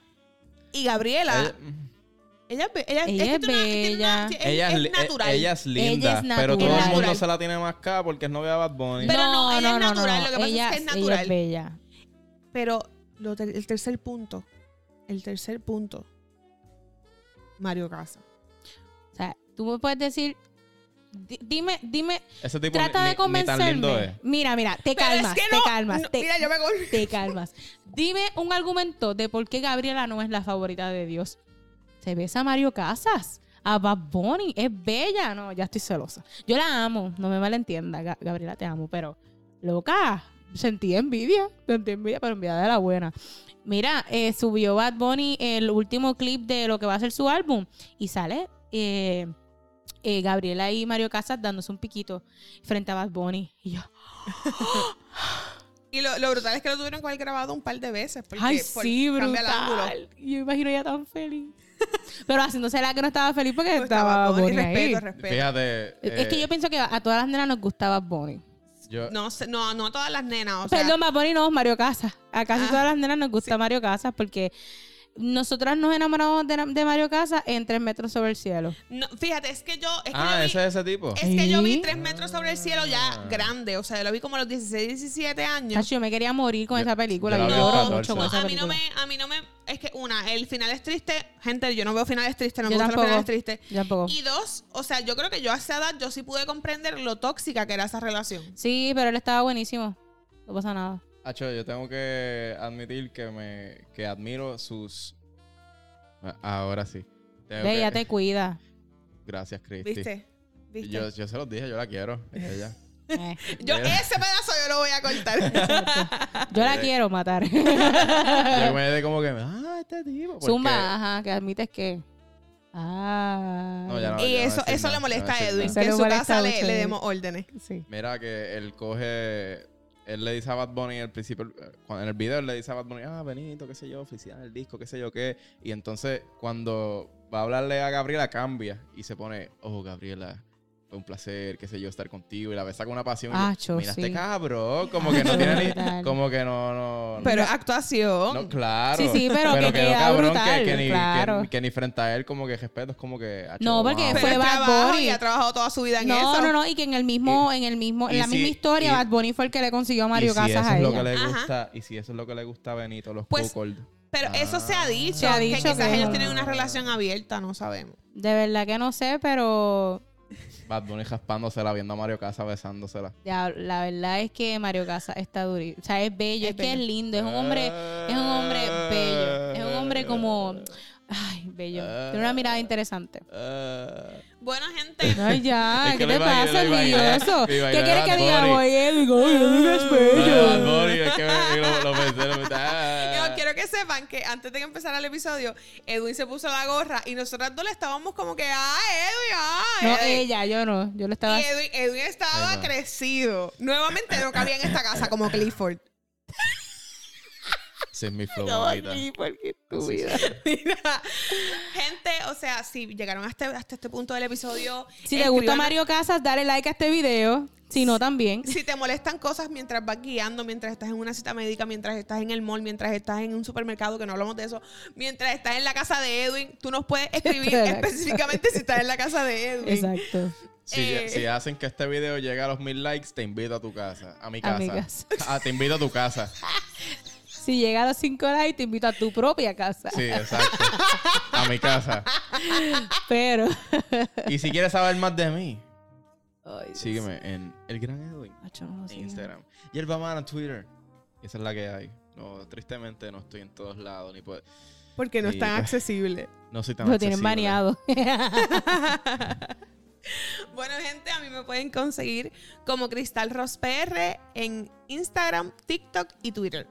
y Gabriela.
Ella- mm,
Ella, es be- ella,
Ella
es, que
es
tiene una- tiene una-
bella.
tiene-
Ella es,
es
li- e-
natural.
ella es linda,
Ella es
pero todo el
natural.
mundo se la tiene más acá porque es novia de Bad Bunny.
Pero no, ella es natural, lo que pasa es
ella-
que es
Ella
natural.
es bella.
Pero lo ter- el tercer punto. El tercer punto. Mario Casa.
O sea, tú me puedes decir, di- dime, dime,
Ese tipo
trata
ni,
de
ni- ni tan lindo es.
convencerme. Mira, mira, te calmas, te calmas,
no,
te
mira, yo me con-
te calmas. Dime un argumento de por qué Gabriela no es la favorita de Dios. Se besa a Mario Casas, a Bad Bunny, es bella. No, ya estoy celosa. Yo la amo, no me malentienda, Ga- Gabriela, te amo, pero loca, sentí envidia, sentí envidia, pero envidia de la buena. Mira, eh, subió Bad Bunny el último clip de lo que va a ser su álbum y sale eh, eh, Gabriela y Mario Casas dándose un piquito frente a Bad Bunny. Y yo,
Y lo, lo brutal es que lo tuvieron con el grabado un par de veces. Porque,
Ay,
por-
sí,
cambia el ángulo.
brutal. Yo me imagino ella tan feliz. Pero haciéndose la que no estaba feliz porque
Pues
estaba
estaba con-
Bonnie ahí.
respeto, respeto.
Fíjate.
Es que
eh,
yo pienso que a todas las nenas nos gustaba Bonnie.
yo-
No, sé- no, no todas las nenas. O sea,
Perdón, más Bonnie no, Mario Casas. A casi
Ah,
todas las nenas nos gusta Mario Casas porque nosotras nos enamoramos de, de Mario Casas en Tres Metros Sobre el Cielo.
no, fíjate, es que yo. Es que yo
ah,
vi-
ese es Ah. ese tipo.
Es que yo vi
¿Sí?
tres metros sobre el cielo ya grande. O sea, yo lo vi como a los 16, 17 años.
Tacho, yo me quería morir con
Yo-
esa película.
yo
Yo,
la vi a los
lloro
14.
mucho con
No,
esa
A mí
película.
no me, a mí no me, es que una, el final es triste, gente, yo no veo finales tristes, no me
Yo
gustan los
tampoco.
finales tristes.
Yo tampoco.
Y dos, o sea, yo creo que yo a esa edad yo sí pude comprender lo tóxica que era esa relación.
Sí, pero él estaba buenísimo. No pasa nada.
Acho, yo tengo que admitir que me que admiro sus. Ah, Ahora sí. Tengo
Ve,
que-
ella te cuida.
Gracias, Cristi.
¿Viste? ¿Viste?
Yo, yo se los dije, yo la quiero. Ella.
Eh,
Yo
Mira.
ese pedazo yo lo voy a cortar.
yo la quiero matar.
Yo me quedé como que, ah, este tipo. porque-
Zumba, ajá, que admites que. Ah.
No, ya no,
y
ya no
eso,
decir nada,
eso le
ya no
molesta a
decir nada.
Edwin,
Eso
que en
le
su
molesta
casa le,
mucho a
le
Edwin.
demos órdenes.
Sí.
Mira que él coge. Él le dice a Bad Bunny al principio, eh, cuando en el video él le dice a Bad Bunny, ah, Benito, qué sé yo, oficial, el disco, qué sé yo qué. Y entonces cuando va a hablarle a Gabriela, cambia y se pone, oh, Gabriela, un placer, qué sé yo, estar contigo. Y la besa con una pasión. y
Ah,
yo,
cho,
Mira este
sí.
cabrón, como que no tiene ni.
Brutal.
Como que no. no no-
Pero es actuación.
no, claro.
Sí, sí, pero que
no,
queda
cabrón,
brutal,
que, que ni, que-
claro.
que, ni frente a él, como que respeto, es como que. ah,
No,
cho,
porque
wow.
Pero
fue
es
Bad
trabajo
Bunny.
y ha trabajado toda su vida en
No,
eso.
no, no, y que en el mismo, en el mismo, en
y
la
si-
misma historia,
y-
Bad Bunny fue el que le consiguió a
Y
Mario
si
Casas
eso
a
es lo
ella.
que le
ella. Ajá.
gusta y si eso es lo que le gusta a Benito los
Pues,
co-called.
Pero eso se ha dicho.
Se ha dicho
que quizás
que-
ellos tienen una relación abierta, no sabemos.
De verdad que no sé, pero
Bad Bunny raspándosela, viendo a Mario Casas besándosela.
ya, la verdad es que Mario Casas está durísimo. O sea, es bello, es, que es lindo, es un hombre, es un hombre bello, es un hombre como, ay, bello, tiene una
Ah.
mirada interesante.
Eh,
Bueno, gente.
Ay, ya,
Es que
¿qué
lo
te
imaginé,
pasa,
lo imaginé.
envidioso?
Me
¿Qué
imaginé
quieres
Bad
que diga?
Bunny. Ah.
Voy, eh, digo, yo digo que es
Bad
bello.
Bunny, es que me- lo, lo pensé, lo pensé. Ah.
Yo quiero que sepan que antes de que empezara el episodio, Edwin se puso la gorra y nosotras dos le estábamos como que, ah, Edwin, ah,
No,
Edwin".
ella, yo no, yo lo estaba...
Y Edwin, Edwin
Ahí
estaba
va.
crecido. Nuevamente no cabía en esta casa como Clifford.
Ese es mi flow ahorita.
Mira, gente, o sea, si llegaron hasta, hasta este punto del episodio.
Si te gustó
escriban-
Mario Casas, dale like a este video. Si no, también.
Si te molestan cosas mientras vas guiando, mientras estás en una cita médica, mientras estás en el mall, mientras estás en un supermercado, que no hablamos de eso, mientras estás en la casa de Edwin, tú nos puedes escribir
Estoy en la
específicamente si estás en la casa de Edwin.
Exacto.
Si,
Eh.
si hacen que este video llegue a los mil likes, te invito a tu casa. A mi
A mi
casa. Ah, te invito a tu casa.
Si llega a los 5 likes, te invito a tu propia casa.
Sí, exacto. A mi casa.
Pero.
Y si quieres saber más de mí,
Ay, Dios.
sígueme en El Gran Edwin.
Macho, no lo
En
sigo.
Instagram. Yerba Mala en Twitter. Esa es la que hay. No, tristemente no estoy en todos lados. Ni puedo-
Porque no
Sí,
es tan
pues.
accesible.
No soy tan
Lo tienen
accesible.
baneado.
Bueno, gente, a mí me pueden conseguir como Cristal Ross PR en Instagram, TikTok y Twitter.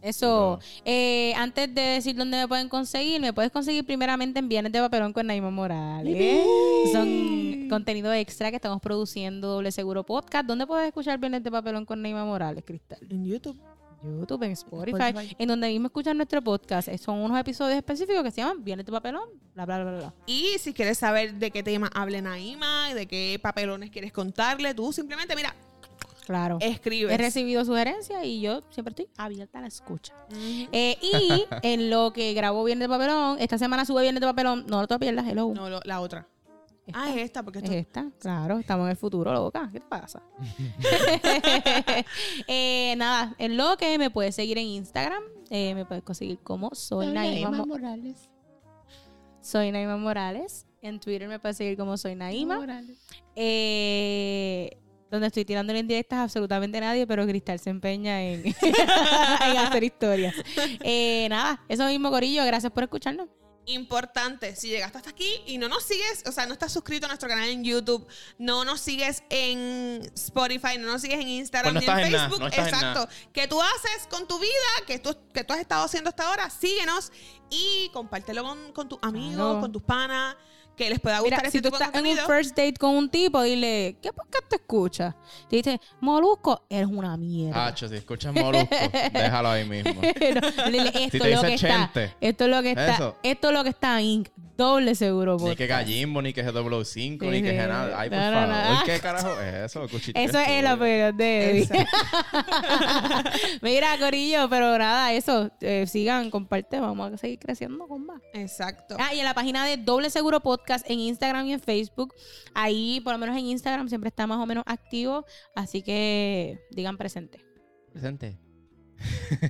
Eso. Eh, antes de decir dónde me pueden conseguir, me puedes conseguir primeramente en Viernes de Papelón con Naima Morales. Son contenido extra que estamos produciendo Doble Seguro Podcast. ¿Dónde puedes escuchar Viernes de Papelón con Naima Morales, Cristal?
En YouTube.
YouTube, en Spotify, en donde mismo escuchan nuestro podcast. Eh, Son unos episodios específicos que se llaman Viene tu papelón, bla, bla, bla, bla.
Y si quieres saber de qué tema hable Naima, de qué papelones quieres contarle, tú simplemente, mira, Oh.
Claro.
escribes.
He recibido sugerencias y yo siempre estoy abierta a la escucha.
Ujú.
Eh, y en lo que grabó Viernes de Papelón, esta semana sube Viernes de Papelón, no, no te lo pierdas, hello.
No, lo- la otra.
Esta.
Ah, es esta, porque
Es
esto...
esta, claro, estamos en el futuro, loca. ¿Qué te pasa? Eh, nada, en lo que me puedes seguir en Instagram, eh, me puedes conseguir como soy Naima Mo-
Morales.
Soy Naima Morales. En Twitter me puedes seguir como soy Naima.
Morales.
Eh, donde estoy tirándole en directas a absolutamente nadie, pero Cristal se empeña en, en hacer historias. Eh, nada, eso mismo, Corillo. Gracias por escucharnos.
Importante, si llegaste hasta aquí y no nos sigues, o sea, no estás suscrito a nuestro canal en YouTube, no nos sigues en Spotify, no nos sigues en Instagram,
Pues no
ni
estás
en
en nada,
Facebook,
no estás en
exacto.
nada.
que tú haces con tu vida, que tú, que tú has estado haciendo hasta ahora, síguenos y compártelo con, con tus amigos,
Claro.
con tus panas, que les pueda gustar
Mira,
este
si tú
tipo de
estás en un
contenido.
first date con un tipo, dile, ¿qué podcast te escuchas? Te dice, Molusco, eres una mierda.
Hacho, si escuchas Molusco, déjalo ahí mismo.
No, dile, esto
te
es lo
dice
que está.
Chente,
Esto es lo que está.
eso.
Esto es lo que está, Inc. Doble seguro.
Ni
podcast.
que Gallimbo, ni que GW5,
Sí,
ni que
sí.
Genal. Ay, por
No, no,
favor.
no.
¿Qué carajo es eso? Cuchicheo
Eso es la
estudio.
opinión de Eddie.
Exacto.
Mira, Corillo, pero nada, eso. eh, sigan, comparte, vamos a seguir creciendo, comba.
Exacto.
Ah, y en la página de Doble Seguro Podcast en Instagram y en Facebook. Ahí, por lo menos en Instagram, siempre está más o menos activo. Así que digan presente.
Presente.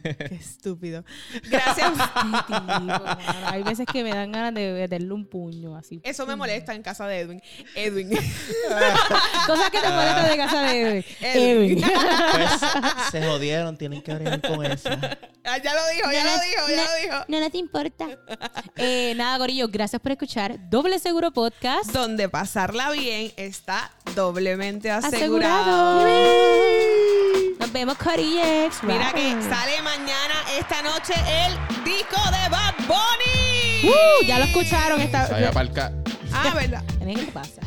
Qué estúpido. Gracias.
Tipo, mano, Hay veces que me dan ganas de meterle un puño así.
Eso me molesta en casa de Edwin. Edwin.
Cosas que te
Ah.
molestan de casa de Edwin. Edwin.
Edwin.
Pues se jodieron, tienen que abrir con esa.
Ah, ya lo dijo, ya
No,
lo
no,
dijo, ya
no.
lo dijo.
No, no te importa. Eh, nada, Gorillo, gracias por escuchar Doble Seguro Podcast.
Donde pasarla bien está doblemente asegurado.
Asegurado. Nos vemos, Corillex.
Mira que
Bye.
sale mañana, esta noche, el disco de Bad Bunny.
Uh, ya lo escucharon. Esta...
Sabía palca.
Ah, ¿verdad?
Nene, ¿Qué te pasa?